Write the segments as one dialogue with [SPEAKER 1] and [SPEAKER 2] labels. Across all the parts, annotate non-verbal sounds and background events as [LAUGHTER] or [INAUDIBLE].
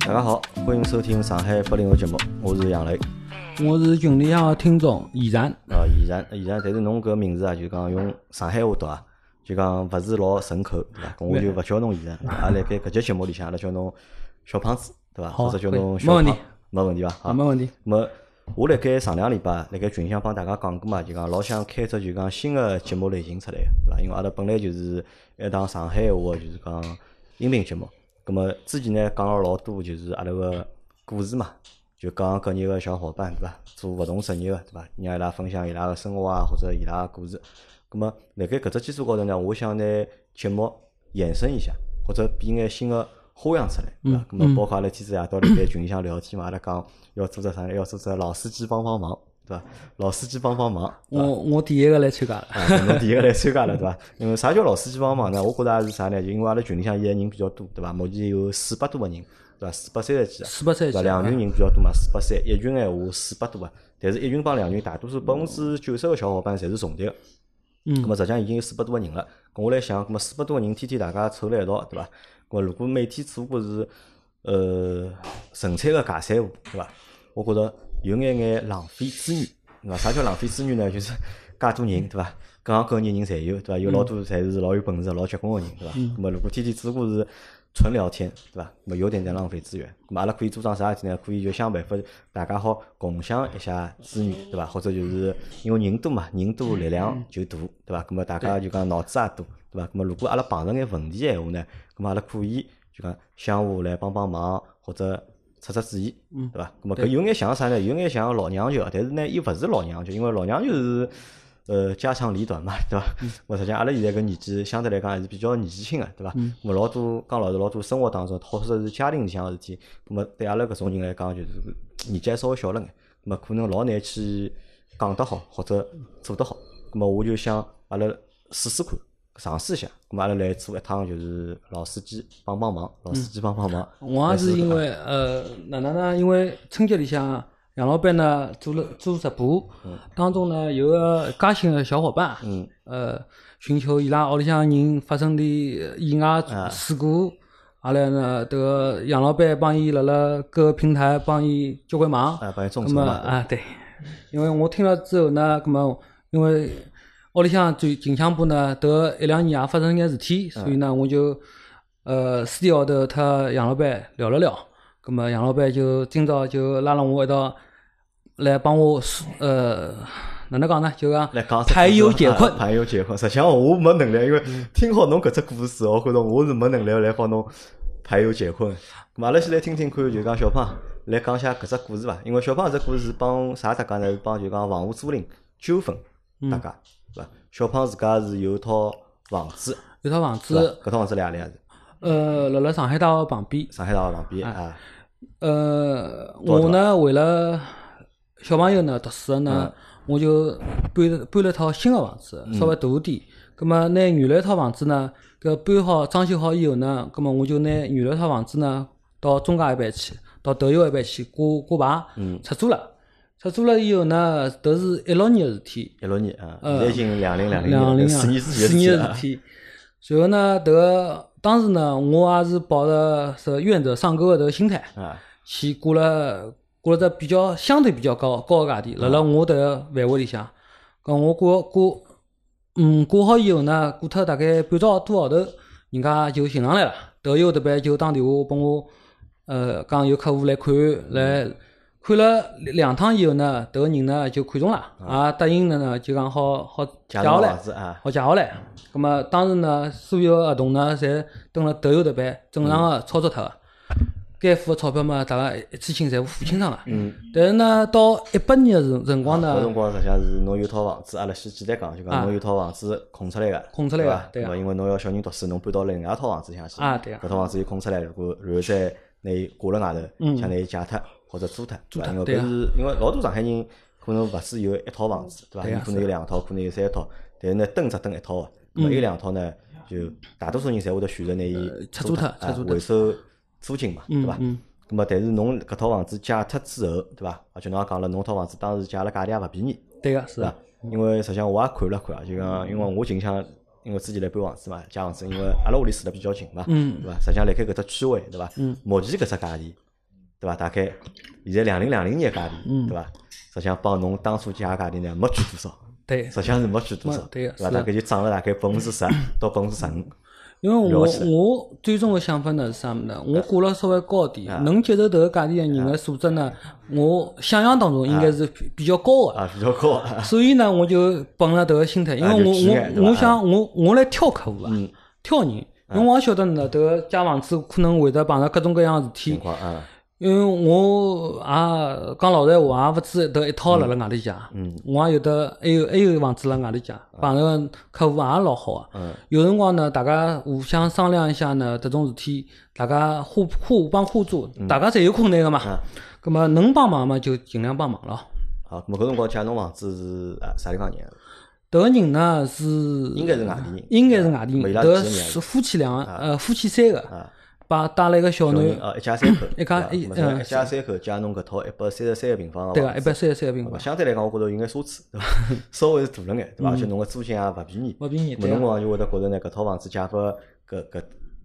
[SPEAKER 1] 大家好，欢迎收听上海八零后节目，我是杨磊。
[SPEAKER 2] 我是群里向的听众易然，
[SPEAKER 1] 啊，现在现在，但是侬搿名字啊，就讲用上海话读啊，就讲勿是老顺口，对伐？咾我就勿叫侬现在，阿拉辣盖搿节节目里向，阿拉叫侬小胖子，对伐？
[SPEAKER 2] 好
[SPEAKER 1] 或者叫侬
[SPEAKER 2] 可以
[SPEAKER 1] 小
[SPEAKER 2] 没问题
[SPEAKER 1] 胖，没问题伐？
[SPEAKER 2] 啊，
[SPEAKER 1] 啊
[SPEAKER 2] 没，问题。
[SPEAKER 1] 么我辣盖上两礼拜辣盖群里向帮大家讲过嘛，就讲老想开只就讲新个节目类型出来，对伐？因为阿拉本来就是一档上海话的，就是讲音频节目。咁么之前呢讲了老多，就是阿拉个故事嘛，就讲搿眼个小伙伴对伐？做勿同职业个对伐？让伊拉分享伊拉个生活啊，或者伊拉个故事。咁么辣盖搿只基础高头呢，我想拿节目延伸一下，或者比眼新个花样出来，对伐？咁么包括阿拉天子夜到辣盖群里向聊天嘛，阿拉讲要做只啥呢？要做只老司机帮帮忙，对伐？老司机帮帮忙，
[SPEAKER 2] 我我第一个来参加了，
[SPEAKER 1] 啊，搿侬第一个来参加了，对伐？ [LAUGHS] 因为啥叫老司机帮忙呢？我觉着也是啥呢？就因为阿拉群里向现在人比较多，对伐？目前有四百多个人，对伐？四百三十几个，
[SPEAKER 2] 四百三十
[SPEAKER 1] 对
[SPEAKER 2] 几
[SPEAKER 1] 伐？
[SPEAKER 2] 啊
[SPEAKER 1] 两群人比较多嘛，四百三，一群闲话四百多个，但是一群帮两群，大多数百分之九十个小伙伴侪是重叠个。
[SPEAKER 2] 嗯
[SPEAKER 1] 咁么实际上已经有四百多个人了。咁我来想，咁么四百多个人天天大家凑辣一道，对伐？咁么如果每天只不过是呃纯粹个尬三胡，对伐？我觉着有眼眼浪费资源，对伐？啥叫浪费资源呢？就是介多人，对伐？各行各业人侪有，对伐？有老多侪是老有本事、老结棍个人，对伐？咁么如果天天只不过是纯聊天，对伐？咁么有点点浪费资源。咁么阿拉可以做桩啥事体呢？可以就想办法，大家好共享一下资源，对伐？或者就是因为人多嘛，人多力量就大，嗯对伐？咁么大家就讲脑子也多，对伐？咁么如果阿拉碰着眼问题闲话呢，咁么阿拉可以就讲相互来帮帮忙，或者出出主意，嗯对伐？咁么搿有眼像啥呢？有眼像老娘舅，但是呢又勿是老娘舅，因为老娘舅是。呃，家长里短嘛，对伐？
[SPEAKER 2] 嗯
[SPEAKER 1] 我实际上，阿拉现在搿年纪相对来讲还是比较年纪轻个，对伐？
[SPEAKER 2] 嗯
[SPEAKER 1] 我老多讲老实，老多生活当中，或者是家庭里向个事体，咁么对阿拉搿种人来讲，就是年纪还稍微小了眼，咁么可能老难去讲得好或者做得好。咁么我就想阿拉试试看，尝试一下。咁么阿拉来做一趟就是老司机帮帮忙，老司机帮帮忙。
[SPEAKER 2] 我也是因为呃哪能呢？因为春节里向杨老板呢做了做直播，当中呢有个嘉兴的小伙伴，
[SPEAKER 1] 嗯，
[SPEAKER 2] 呃，寻求伊拉屋里向人发生点意外事故。阿拉呢，迭个杨老板帮伊辣辣各个平台帮伊交关忙，
[SPEAKER 1] 啊，帮伊众
[SPEAKER 2] 那
[SPEAKER 1] 筹
[SPEAKER 2] 么
[SPEAKER 1] 嘛，
[SPEAKER 2] 啊，对，因为我听了之后呢，那么因为屋里向最近腔部呢，得一两年也发生眼事体，所以呢，我就呃私底下头和杨老板聊了聊，那么杨老板就今朝就拉了我一道来帮我梳呃哪能讲呢，就讲
[SPEAKER 1] 来讲
[SPEAKER 2] 排忧解困
[SPEAKER 1] 啊，排忧解困。实际上我没能力，因为听好侬搿只故事，我觉着我是没能力来帮侬排忧解困。咁阿拉先来听听看，就讲小胖来讲一下搿只故事伐？因为小胖搿只故事是帮啥搭界呢？是帮就讲房屋租赁纠纷搭界，
[SPEAKER 2] 嗯
[SPEAKER 1] 对伐？小胖自家是有套房子，
[SPEAKER 2] 有套房
[SPEAKER 1] 是伐
[SPEAKER 2] 子，
[SPEAKER 1] 搿套房子辣何里啊？是
[SPEAKER 2] 呃，辣辣上海大学旁边，
[SPEAKER 1] 上海大学旁边啊，
[SPEAKER 2] 呃，
[SPEAKER 1] 多少
[SPEAKER 2] 我呢为了小朋友呢读书
[SPEAKER 1] 嗯
[SPEAKER 2] 呢，我就搬搬了套新的房子，稍微大点。咁么拿原来套房子呢，搿搬好装修好以后呢，咁么我就拿原来套房子呢到中介一边去，到头友一边去挂挂牌，
[SPEAKER 1] 嗯
[SPEAKER 2] 出租了。出租了以后呢，迭是一六年个事体。
[SPEAKER 1] 一六年啊，现在已经两零两
[SPEAKER 2] 呃两
[SPEAKER 1] 年
[SPEAKER 2] 零
[SPEAKER 1] 了，
[SPEAKER 2] 啊，
[SPEAKER 1] 四年之前
[SPEAKER 2] 四年
[SPEAKER 1] 的
[SPEAKER 2] 的
[SPEAKER 1] 事
[SPEAKER 2] 事
[SPEAKER 1] 体
[SPEAKER 2] 体。随后呢，迭个当时呢，我也是抱着是愿者上钩的迭个心态，
[SPEAKER 1] 啊啊，
[SPEAKER 2] 去挂了挂了只比较相对比较高高个价钿，辣辣我迭个范围里向。搿我挂挂，嗯，挂好以后呢，挂脱大概半只多号头，人家就寻上来了。头友迭边就打电话拨我，呃，讲有客户来看，来看了两趟以后呢，迭个人呢就看中了，也答应了呢，就讲好好
[SPEAKER 1] 借
[SPEAKER 2] 借
[SPEAKER 1] 侬
[SPEAKER 2] 下来
[SPEAKER 1] 房。子啊，
[SPEAKER 2] 好借下来。咁么当时呢，所有合同呢，侪登了头友迭边正常个操作脱个，该付个钞票嘛，大家一次性侪付清爽了。
[SPEAKER 1] 嗯。啊
[SPEAKER 2] 但是呢，到一八年个辰辰光
[SPEAKER 1] 搿
[SPEAKER 2] 呢
[SPEAKER 1] 辰，光实际上是侬有套房子，阿拉先简单讲，就讲
[SPEAKER 2] 啊
[SPEAKER 1] 侬有套房子空出来个，
[SPEAKER 2] 空出来
[SPEAKER 1] 个
[SPEAKER 2] 个，
[SPEAKER 1] 对
[SPEAKER 2] 对
[SPEAKER 1] 伐
[SPEAKER 2] 啊
[SPEAKER 1] 伐？因为侬要小人读书，侬搬到另外一套房子里向去，
[SPEAKER 2] 啊对啊
[SPEAKER 1] 搿套房子又空出来，如果然后再拿伊挂辣外头，想拿伊借脱或者租脱，对伐？因为
[SPEAKER 2] 嗯对
[SPEAKER 1] 搿
[SPEAKER 2] 啊
[SPEAKER 1] 是因为老多上海人可能勿止有一套房子，对伐？
[SPEAKER 2] 对
[SPEAKER 1] 有
[SPEAKER 2] 啊
[SPEAKER 1] 可能有两套，可能有三套，但是呢，蹲只蹲一套个，咾
[SPEAKER 2] 嗯
[SPEAKER 1] 么有两套呢，就大多数人侪会得选择拿伊
[SPEAKER 2] 呃
[SPEAKER 1] 租
[SPEAKER 2] 出租脱
[SPEAKER 1] 啊
[SPEAKER 2] 出租脱
[SPEAKER 1] 回收租金嘛，对伐？
[SPEAKER 2] 嗯
[SPEAKER 1] 咁么，但是侬搿套房子借脱之后，对啊伐？而且侬也讲了，侬套房子当时借了价钿也勿便宜，
[SPEAKER 2] 对个是
[SPEAKER 1] 是伐
[SPEAKER 2] 啊，？
[SPEAKER 1] 因为实际上我也看了看啊，就讲
[SPEAKER 2] 嗯
[SPEAKER 1] 因为我近腔，因为之前来搬房子嘛，借房子，因为阿拉屋里住得比较近嘛，
[SPEAKER 2] 嗯
[SPEAKER 1] 对伐？实际上辣盖搿只区位，对伐？目前搿只价钿对伐？大概现在两零两零年价钿，
[SPEAKER 2] 嗯
[SPEAKER 1] 对伐？实际上帮侬当初借个价钿呢，没贵多少，
[SPEAKER 2] 对，
[SPEAKER 1] 实际上是没贵多少，
[SPEAKER 2] 没对
[SPEAKER 1] 对伐？
[SPEAKER 2] 个是的
[SPEAKER 1] 大概就涨了大概百分之十到百分之十五，
[SPEAKER 2] 因为我
[SPEAKER 1] 了解
[SPEAKER 2] 我最终的想法呢是啥么呢？我挂了稍微高点，能接受迭个价钿的人的素质呢，我想象当中应该是比比较高的。
[SPEAKER 1] 啊，比较高啊。
[SPEAKER 2] [LAUGHS] 所以呢，我就本着迭个心态，因为
[SPEAKER 1] 啊就期待对吧
[SPEAKER 2] 我我
[SPEAKER 1] 嗯啊
[SPEAKER 2] 我想我我来挑客户啊，挑人，因为我也晓得呢，迭个借房子可能会得碰着各种各样的事体
[SPEAKER 1] 情。况啊，
[SPEAKER 2] 因为我也讲老实话，也勿止得一套辣辣外头借，
[SPEAKER 1] 嗯
[SPEAKER 2] 我也有得还有还有房子辣外头借，碰着客户也老好啊。
[SPEAKER 1] 嗯
[SPEAKER 2] 有辰光呢，大家互相商量一下呢，迭种事体，大家互互帮互助，
[SPEAKER 1] 嗯
[SPEAKER 2] 大家侪有困难个嘛。葛末能帮忙嘛，就尽量帮忙咯。
[SPEAKER 1] 好，咁么搿辰光借侬房子是啊啥地方人啊？
[SPEAKER 2] 迭个人呢是
[SPEAKER 1] 应该是外地人，
[SPEAKER 2] 应该是外地
[SPEAKER 1] 伊
[SPEAKER 2] 人，
[SPEAKER 1] 拉
[SPEAKER 2] 迭
[SPEAKER 1] 几个
[SPEAKER 2] 个
[SPEAKER 1] 人
[SPEAKER 2] 是夫妻两个，呃夫妻三个
[SPEAKER 1] 啊，
[SPEAKER 2] 把带了一个小
[SPEAKER 1] 小
[SPEAKER 2] 囡
[SPEAKER 1] 人，啊，一家
[SPEAKER 2] [COUGHS]
[SPEAKER 1] 三口，
[SPEAKER 2] 一家
[SPEAKER 1] 对
[SPEAKER 2] 一
[SPEAKER 1] 吧那么
[SPEAKER 2] 嗯
[SPEAKER 1] 一家三口加侬搿套一百三十三个平方个
[SPEAKER 2] 对啊
[SPEAKER 1] 房
[SPEAKER 2] 个，一
[SPEAKER 1] 子
[SPEAKER 2] 百三十三个平
[SPEAKER 1] 那
[SPEAKER 2] 方
[SPEAKER 1] 么。相对来讲，我觉着有眼奢侈，
[SPEAKER 2] [LAUGHS]
[SPEAKER 1] 对伐？ [LAUGHS] 稍微是大了眼，对伐？而且侬个租金也勿便宜，
[SPEAKER 2] 嗯勿便宜
[SPEAKER 1] 搿
[SPEAKER 2] 对啊
[SPEAKER 1] 辰光就会得觉着呢，搿套房子借拨搿搿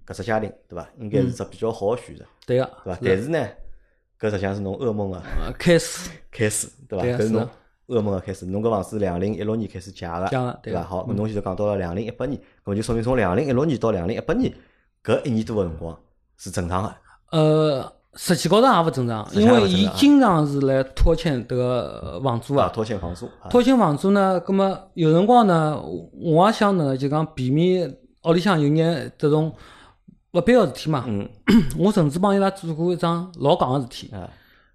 [SPEAKER 1] 搿只家庭，对伐？应该
[SPEAKER 2] 嗯
[SPEAKER 1] 是只比较好个选择，
[SPEAKER 2] 对个，
[SPEAKER 1] 对伐？但是呢，搿实际上是侬噩梦啊个
[SPEAKER 2] 呃开始
[SPEAKER 1] 开始，对伐？
[SPEAKER 2] 对啊
[SPEAKER 1] 搿是
[SPEAKER 2] 是
[SPEAKER 1] 侬
[SPEAKER 2] 啊
[SPEAKER 1] 噩梦个开始。侬搿房子两零一六年开始借
[SPEAKER 2] 借
[SPEAKER 1] 个
[SPEAKER 2] 的，
[SPEAKER 1] 对
[SPEAKER 2] 对
[SPEAKER 1] 伐？
[SPEAKER 2] 啊
[SPEAKER 1] 好，侬现在讲到了两零一八年，搿么就说明从两零一六年到两零一八年搿一年多个辰光是正常个，
[SPEAKER 2] 呃，实际高头也勿正常，
[SPEAKER 1] 实际
[SPEAKER 2] 因
[SPEAKER 1] 上也
[SPEAKER 2] 为
[SPEAKER 1] 勿正
[SPEAKER 2] 伊
[SPEAKER 1] 常啊
[SPEAKER 2] 经常是来拖欠迭个房租
[SPEAKER 1] 啊，
[SPEAKER 2] 啊。
[SPEAKER 1] 拖欠房租啊，
[SPEAKER 2] 拖欠房租呢，葛么有辰光呢，我也想呢，就讲避免屋里向有眼迭种勿必要的事体嘛。
[SPEAKER 1] 嗯
[SPEAKER 2] [COUGHS] 我甚至帮伊拉做过一桩老戆个事体，
[SPEAKER 1] 啊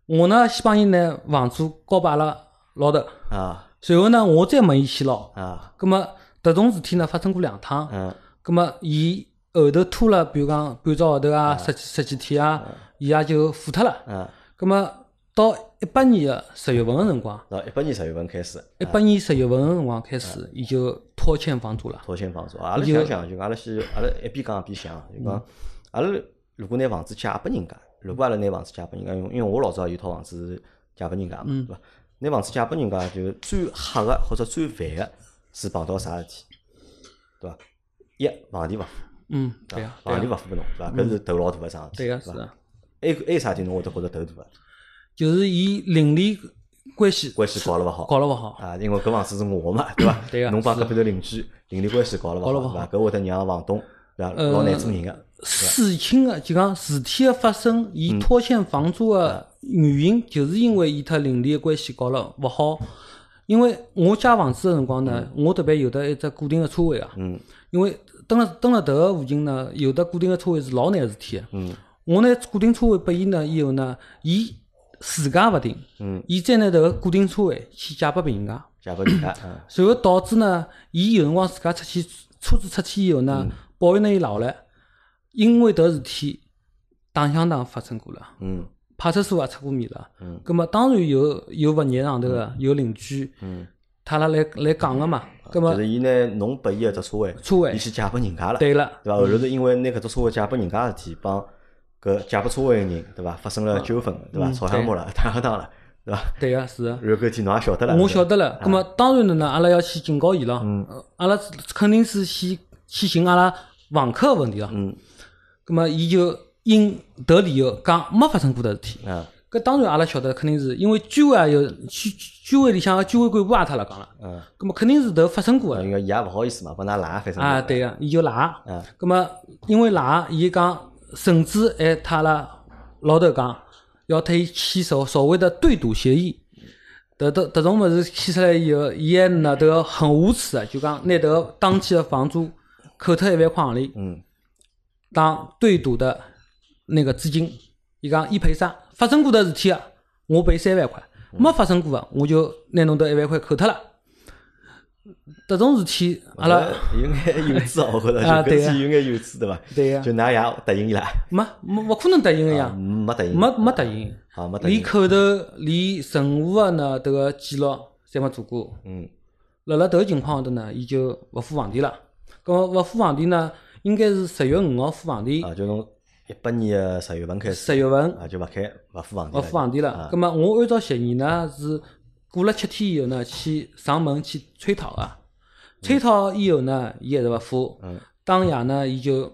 [SPEAKER 2] 我呢先帮伊拿房租交拨阿拉老头，
[SPEAKER 1] 啊
[SPEAKER 2] 随后呢我再问伊去拿。
[SPEAKER 1] 啊，
[SPEAKER 2] 葛么迭种事体呢发生过两趟。
[SPEAKER 1] 嗯
[SPEAKER 2] 咁么伊后头拖了，比如讲半只号头啊，十几十几天啊，伊也就付脱了。
[SPEAKER 1] 嗯，
[SPEAKER 2] 咁么到一八年个十月份个辰光，
[SPEAKER 1] 到一八年十月份开始。
[SPEAKER 2] 一八年十月份个辰光开始，伊就拖欠房租了。
[SPEAKER 1] 拖欠房租。啊阿拉想想，就讲阿拉先，阿拉一边讲一边想，啊就
[SPEAKER 2] 嗯
[SPEAKER 1] 讲阿拉如果拿房子借拨人家，如果阿拉拿房子借拨人家，因为因为我老早有套房子是借拨人家嘛，
[SPEAKER 2] 嗯
[SPEAKER 1] 对伐？拿房子借拨人家，就最黑个或者最烦个是碰到啥事体，对伐？一房钿勿付，
[SPEAKER 2] 嗯，对呀，对
[SPEAKER 1] 房钿
[SPEAKER 2] 呀，
[SPEAKER 1] 勿付拨侬，对伐？搿是头老大个桩事体，
[SPEAKER 2] 嗯对呀，是啊
[SPEAKER 1] 伐？
[SPEAKER 2] 的，
[SPEAKER 1] 还有还有啥事体侬会得觉着头大个？
[SPEAKER 2] 就是伊邻里关系
[SPEAKER 1] 关系搞了勿好。
[SPEAKER 2] 搞了勿好，
[SPEAKER 1] 啊，因为搿房子是我嘛，对伐？
[SPEAKER 2] 对个
[SPEAKER 1] 侬帮
[SPEAKER 2] 是啊
[SPEAKER 1] 隔壁头邻居邻里关系搞了勿
[SPEAKER 2] 搞了
[SPEAKER 1] 好，
[SPEAKER 2] 勿呃
[SPEAKER 1] 对伐？搿会得让房东对伐老难做人个。
[SPEAKER 2] 事情个就讲事体个发生，伊拖欠房租个原因，就是因为伊和邻里个关系搞了勿好。因为我借房子个辰光呢，我特别有得一只固定个车位啊。
[SPEAKER 1] 嗯。
[SPEAKER 2] 因为蹲辣蹲辣迭个附近呢，有的固定个车位是老难的事体的。嗯。我拿固定车位拨伊呢，以后呢，伊自家勿停。
[SPEAKER 1] 嗯。
[SPEAKER 2] 伊再拿迭个固定车位去借拨别人家，
[SPEAKER 1] 借拨人家，啊
[SPEAKER 2] 随后导致呢，伊有辰光自家出去车子出去以后
[SPEAKER 1] 嗯
[SPEAKER 2] 呢，保安拿伊拉下来，因为迭个事体，打相打发生过了。
[SPEAKER 1] 嗯
[SPEAKER 2] 派出所也出过面了。嗯。咁么当然有有物业上头个，有邻居。嗯。他拉来来讲个嘛，
[SPEAKER 1] 嗯啊
[SPEAKER 2] 咁
[SPEAKER 1] 就
[SPEAKER 2] 么
[SPEAKER 1] 是伊拿侬拨伊个只车位，
[SPEAKER 2] 车位
[SPEAKER 1] 伊去借拨人家了，对
[SPEAKER 2] 对了。
[SPEAKER 1] 伐？后头是因为拿搿只车位借拨人家的事体，帮呃搿借拨车位个人，对伐？发生了纠纷，
[SPEAKER 2] 嗯
[SPEAKER 1] 对伐？吵相骂了，打相打了，对伐？
[SPEAKER 2] 对个、是个。
[SPEAKER 1] 然后搿天侬也晓得了，
[SPEAKER 2] 我
[SPEAKER 1] 对伐
[SPEAKER 2] 晓得了，葛么当然了呢，阿拉要去警告伊了。呃阿拉肯定是先去寻阿拉房客个问题了。
[SPEAKER 1] 嗯。
[SPEAKER 2] 葛么伊就因得理由讲没发生过的事体。
[SPEAKER 1] 啊
[SPEAKER 2] 搿当然阿拉晓得，肯定是因为居委也有居居委里向个居委干部也他拉讲了。
[SPEAKER 1] 嗯。
[SPEAKER 2] 葛么肯定是头发生过个。
[SPEAKER 1] 因为伊也勿好意思嘛，帮㑚赖，反正
[SPEAKER 2] 啊，
[SPEAKER 1] 是
[SPEAKER 2] 对个，伊就赖。
[SPEAKER 1] 嗯。
[SPEAKER 2] 咁么，因为赖，伊讲，甚至还他拉老头讲，要他伊签所所谓的对赌协议。迭迭迭种物事签出来以后，伊还拿迭个很无耻个，就讲拿迭个当期个房租扣脱一万块行钿，
[SPEAKER 1] 嗯，
[SPEAKER 2] 当对赌的那个资金。伊讲一赔三，发生过的事体啊，我赔三万块；没发生过个，我就拿侬迭一万块扣脱了。迭种事体，阿拉
[SPEAKER 1] [LAUGHS] 有眼幼稚啊，我觉着
[SPEAKER 2] [LAUGHS] 啊
[SPEAKER 1] 就搿
[SPEAKER 2] 对啊
[SPEAKER 1] 天有眼幼稚，对伐？
[SPEAKER 2] 对啊呀
[SPEAKER 1] 就㑚也答应伊拉，
[SPEAKER 2] 没没勿可能答应个
[SPEAKER 1] 啊
[SPEAKER 2] 呀，
[SPEAKER 1] 没答应，
[SPEAKER 2] 没没答应，
[SPEAKER 1] 啊，没答
[SPEAKER 2] 连
[SPEAKER 1] 应，
[SPEAKER 2] 口头连任何个呢迭个记录侪没做过。
[SPEAKER 1] 嗯，
[SPEAKER 2] 辣辣迭个情况下头呢，伊就勿付房钿了。搿么勿付房钿呢，应该是十月五号付房钿，
[SPEAKER 1] 啊，就从一八年个十月份开始，
[SPEAKER 2] 十月份
[SPEAKER 1] 啊，就勿开勿付房钿
[SPEAKER 2] 勿
[SPEAKER 1] 了，
[SPEAKER 2] 付房钿哦了。葛么我按照协议呢是过了七天以后呢去上门去催讨个，催讨以后呢伊还是勿付。当夜呢伊就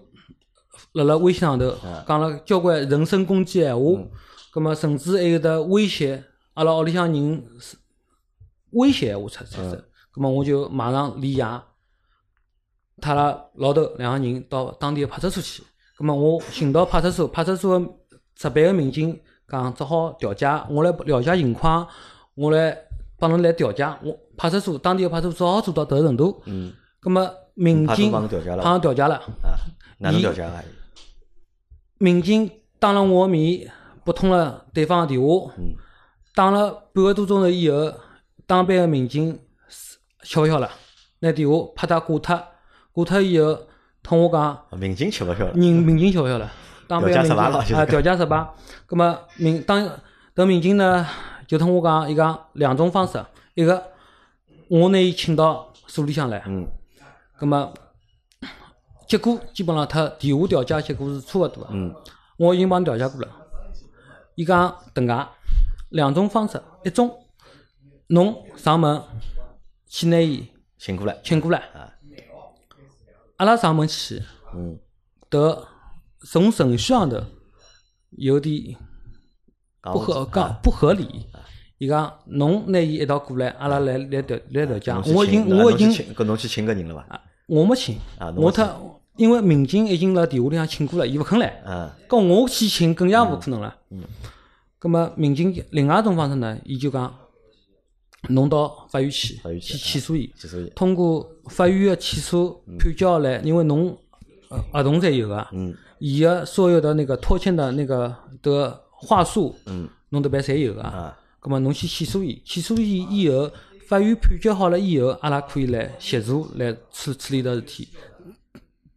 [SPEAKER 2] 辣辣微信上头讲了交关人身攻击个闲话，葛葛么甚至还有得威胁阿拉屋里向人是威胁我出出走，葛么我就马上连夜，他拉老头两个人到当地的派出所去，葛么我寻到派出所，派出所的值班的民警讲只好调解，我来了解情况，我来帮侬来调解，我派出所当地的派出所只好做到迭个程度，
[SPEAKER 1] 嗯，
[SPEAKER 2] 葛么民
[SPEAKER 1] 派出所
[SPEAKER 2] 警
[SPEAKER 1] 帮侬调解了
[SPEAKER 2] 帮我调解了。
[SPEAKER 1] 啊，哪能
[SPEAKER 2] 伊
[SPEAKER 1] 调解啊？
[SPEAKER 2] 民警当了我的面，拨通了对方的电话。
[SPEAKER 1] 嗯
[SPEAKER 2] 打了半个多钟头以后，当班的民警笑笑了，拿电话啪嗒挂脱。挂脱以后，同我讲，
[SPEAKER 1] 民警吃勿消了，
[SPEAKER 2] 人民警笑笑了，当班
[SPEAKER 1] 调
[SPEAKER 2] 的民
[SPEAKER 1] 解失败了就是
[SPEAKER 2] 警啊调解失败。葛么民当迭民警呢，就同我讲，伊讲两种方式，一个我拿伊请到所里向来，
[SPEAKER 1] 嗯
[SPEAKER 2] 葛么结果基本上脱电话调解结果是差勿多个。
[SPEAKER 1] 嗯
[SPEAKER 2] 我已经帮你调解过了。伊讲迭个两种方式，一种侬上门去拿伊
[SPEAKER 1] 辛苦了，
[SPEAKER 2] 请过来
[SPEAKER 1] 啊，
[SPEAKER 2] 阿拉上门去，
[SPEAKER 1] 嗯，
[SPEAKER 2] 迭从程序上头有点不
[SPEAKER 1] 不
[SPEAKER 2] 合讲不合理。伊讲侬拿伊一道过来，阿拉来来调来调解。我已经我已经
[SPEAKER 1] 搿啊侬去请个人了伐？
[SPEAKER 2] 我没请
[SPEAKER 1] 啊，侬没
[SPEAKER 2] 我他因为民警已经辣电话里向请过了，伊勿肯来。
[SPEAKER 1] 啊，
[SPEAKER 2] 搿我去请更加勿可能了。嗯。葛末民警另外一种方式呢，伊就讲，侬到法院去
[SPEAKER 1] 法院，去啊
[SPEAKER 2] 去起诉伊，
[SPEAKER 1] 起诉伊，
[SPEAKER 2] 通过法院的起诉判决下来，因为侬呃合同侪有个，
[SPEAKER 1] 嗯
[SPEAKER 2] 伊个所有的那个拖欠的那个的话术，
[SPEAKER 1] 嗯
[SPEAKER 2] 侬迭边侪有个。
[SPEAKER 1] 啊，
[SPEAKER 2] 葛末侬去起诉伊，起诉伊以后，法院判决好了以后，阿拉可以来协助来处处理搿事体。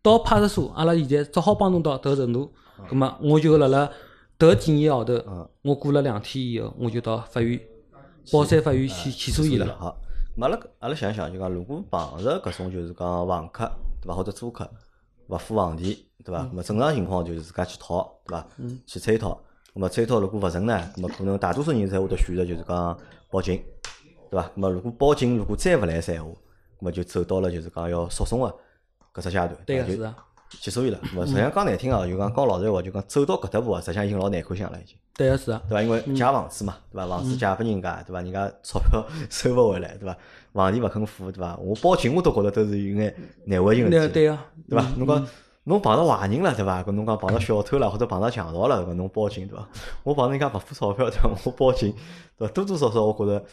[SPEAKER 2] 到派出所，阿拉现在只好帮侬到迭个程度。
[SPEAKER 1] 啊
[SPEAKER 2] 葛末我就辣辣迭几个号头，我过了两天以后，我就到法院，宝山法院
[SPEAKER 1] 啊
[SPEAKER 2] 去起诉伊了。
[SPEAKER 1] 好，咁阿拉阿拉想一想，就讲如果碰着搿种就是讲房客对伐，或者租客勿付房钿对
[SPEAKER 2] 嗯
[SPEAKER 1] 伐？咁么正常情况就是自家去讨对伐？去催讨，咁么催讨如果勿成呢，咁么可能大多数人侪会得选择就是讲报警对伐？咁么如果报警如果再勿来三话，咁么就走到了就是讲要诉讼个搿只阶段，
[SPEAKER 2] 对
[SPEAKER 1] 伐
[SPEAKER 2] 个，
[SPEAKER 1] 就是
[SPEAKER 2] 啊，
[SPEAKER 1] 起
[SPEAKER 2] [COUGHS]
[SPEAKER 1] 诉伊了。咁么实际
[SPEAKER 2] 嗯
[SPEAKER 1] 上讲难听啊，就讲讲老实闲话，就讲走到搿搭步啊，实际上已经老难看相了已经。
[SPEAKER 2] 对个是啊，
[SPEAKER 1] 对伐？因为借房子嘛，对伐？房
[SPEAKER 2] 嗯
[SPEAKER 1] 子借拨人家，对伐？人家钞票 [LAUGHS] 收勿回来，对伐？房钿勿肯付，对伐？我报警我都觉得都是有眼难为情
[SPEAKER 2] 对
[SPEAKER 1] 个事
[SPEAKER 2] 个
[SPEAKER 1] 体，
[SPEAKER 2] 嗯对啊嗯个，
[SPEAKER 1] 对伐？侬讲侬碰到坏人了，对伐？搿侬讲碰到小偷了或者碰到强盗了，搿侬报警对伐？ [LAUGHS] 我碰到人家勿付钞票，对伐？我报警，对伐？多多少少我觉着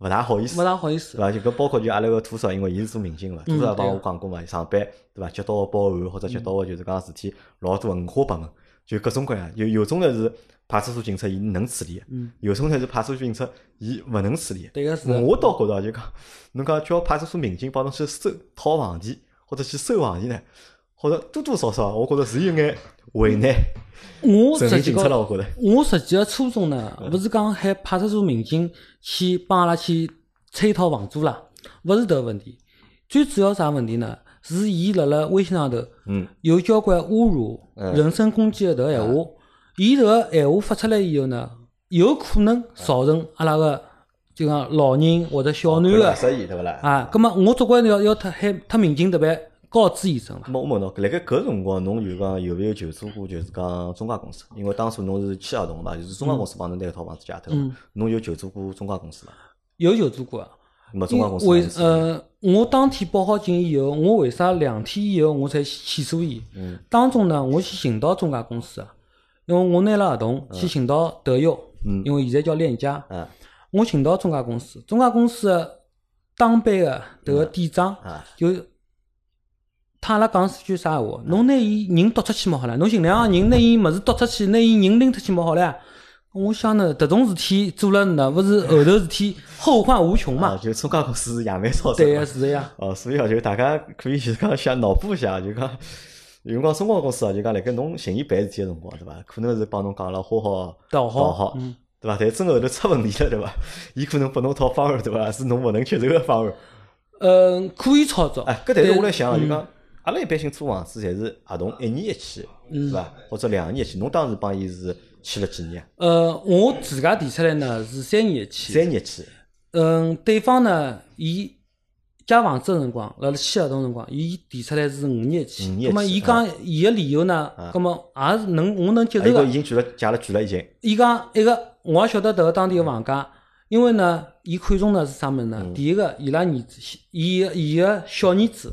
[SPEAKER 1] 勿大好意思
[SPEAKER 2] 没。啥好意
[SPEAKER 1] 对
[SPEAKER 2] 思。
[SPEAKER 1] 伐？就搿包括就阿拉个土少，因为伊是做民警个，
[SPEAKER 2] 嗯
[SPEAKER 1] 土少也帮我讲过嘛，上班对伐？接到个报案或者接到个就是讲事体老多五花八门，就各种各样。有有种呢是派出所警察伊能处理，
[SPEAKER 2] 嗯
[SPEAKER 1] 有种呢是派出所警察伊勿能处理。
[SPEAKER 2] 对个是啊，
[SPEAKER 1] 我倒觉着就讲，侬讲叫派出所民警帮侬去收讨房钿或者去收房钿呢，或者多多少少我觉着是有眼为难
[SPEAKER 2] 我
[SPEAKER 1] 职
[SPEAKER 2] 实
[SPEAKER 1] 业
[SPEAKER 2] 际
[SPEAKER 1] 警察了，
[SPEAKER 2] 高
[SPEAKER 1] 嗯我觉着。
[SPEAKER 2] 我实际个初衷呢，勿是讲喊派出所民警去帮阿拉去催讨房租啦，勿是迭个问题。最主要啥问题呢？是伊辣辣微信上头
[SPEAKER 1] 嗯
[SPEAKER 2] 有交关侮辱、人身攻击的迭个闲话，
[SPEAKER 1] 嗯
[SPEAKER 2] 伊迭个闲话发出来以后呢，有可能造成阿拉个就讲老人或者小囡
[SPEAKER 1] 个
[SPEAKER 2] 个
[SPEAKER 1] 适宜对勿啦？
[SPEAKER 2] 啊，葛末我总归要要特喊特民警迭边告知一声嘛。
[SPEAKER 1] 咁我问侬，辣盖搿辰光，侬就讲有勿有求助过，就是讲中介公司？因为当初侬是签合同嘛，就是中介公司帮侬拿一套房子借脱嘛，
[SPEAKER 2] 嗯
[SPEAKER 1] 侬有求助过中介公司伐？
[SPEAKER 2] 有求助过啊。
[SPEAKER 1] 没中
[SPEAKER 2] 因
[SPEAKER 1] 介公司
[SPEAKER 2] 为
[SPEAKER 1] 哪能处理
[SPEAKER 2] 呃，我当天报好警以后，我为啥两天以后我才起诉伊？
[SPEAKER 1] 嗯
[SPEAKER 2] 当中呢，我去寻到中介公司啊，因为我拿了合同
[SPEAKER 1] 嗯
[SPEAKER 2] 去寻到德佑，因为现在叫链家，
[SPEAKER 1] 啊
[SPEAKER 2] 我寻到中介公司，中介公司的当班的迭个店长
[SPEAKER 1] 啊
[SPEAKER 2] 就。他阿拉讲句啥闲话？侬拿伊人丢出去嘛好了，侬尽量人拿伊物事丢出去，拿伊人拎出去嘛好了。我想呢，迭种事体做了呢，勿是后头事体后患无穷嘛
[SPEAKER 1] 啊，？就中介公司是野蛮操作
[SPEAKER 2] 对呀，
[SPEAKER 1] 嘛。
[SPEAKER 2] 是的呀。
[SPEAKER 1] 哦，所以啊，就大家可以就是讲想脑补一下，就讲有辰光中介公司啊，就讲辣盖侬寻伊办事体个辰光，对伐？可能是帮侬讲了花好
[SPEAKER 2] 道好
[SPEAKER 1] 好
[SPEAKER 2] 嗯，
[SPEAKER 1] 对伐？但真后头出问题了，对伐？ [LAUGHS] 伊可能拨侬套方案，对伐？是侬勿能接受个方案。
[SPEAKER 2] 嗯，可以操作。
[SPEAKER 1] 哎，搿但是我来想啊，
[SPEAKER 2] 嗯
[SPEAKER 1] 就讲阿拉一般性租房子侪是合同一年一签，
[SPEAKER 2] 嗯
[SPEAKER 1] 是伐？或者两年一签。侬当时帮伊是签了几年啊？
[SPEAKER 2] 呃，我自家提出来呢是三年一期。
[SPEAKER 1] 三年一签。
[SPEAKER 2] 嗯，对方呢，伊借房子个辰光，辣辣签合同辰光，伊提出来是五年期，
[SPEAKER 1] 五
[SPEAKER 2] 那
[SPEAKER 1] 年
[SPEAKER 2] 么
[SPEAKER 1] 期
[SPEAKER 2] 伊讲伊个理由呢，那么也是能我能接
[SPEAKER 1] 啊伊
[SPEAKER 2] 受
[SPEAKER 1] 都
[SPEAKER 2] 个
[SPEAKER 1] 已。经举了借了，举了已经。
[SPEAKER 2] 伊讲一个，我也晓得迭个当地个房价，因为呢，伊看中呢是啥物事
[SPEAKER 1] 嗯
[SPEAKER 2] 呢？第一个，伊拉儿子，伊伊个小儿子，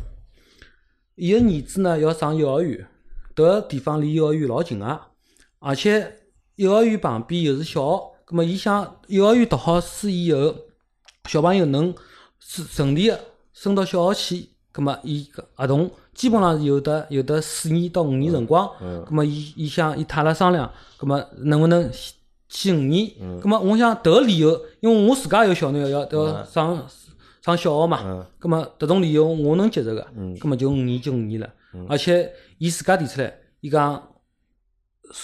[SPEAKER 2] 伊个儿子呢要上幼儿园，迭个地方离幼儿园老近啊个，而且幼儿园旁边又是小学，葛末伊想幼儿园读好书以后，小朋友能顺顺利个升到小学去，葛末伊个合同基本上是有得有得四年到五年辰光，葛末伊伊想伊太太商量，葛末能不能先先五年？葛末我想迭个理由，因为我自家有小囡儿要要上上小学嘛，葛末迭种理由我能接受个，葛末就五年就五年了，而且伊自家提出来，伊讲。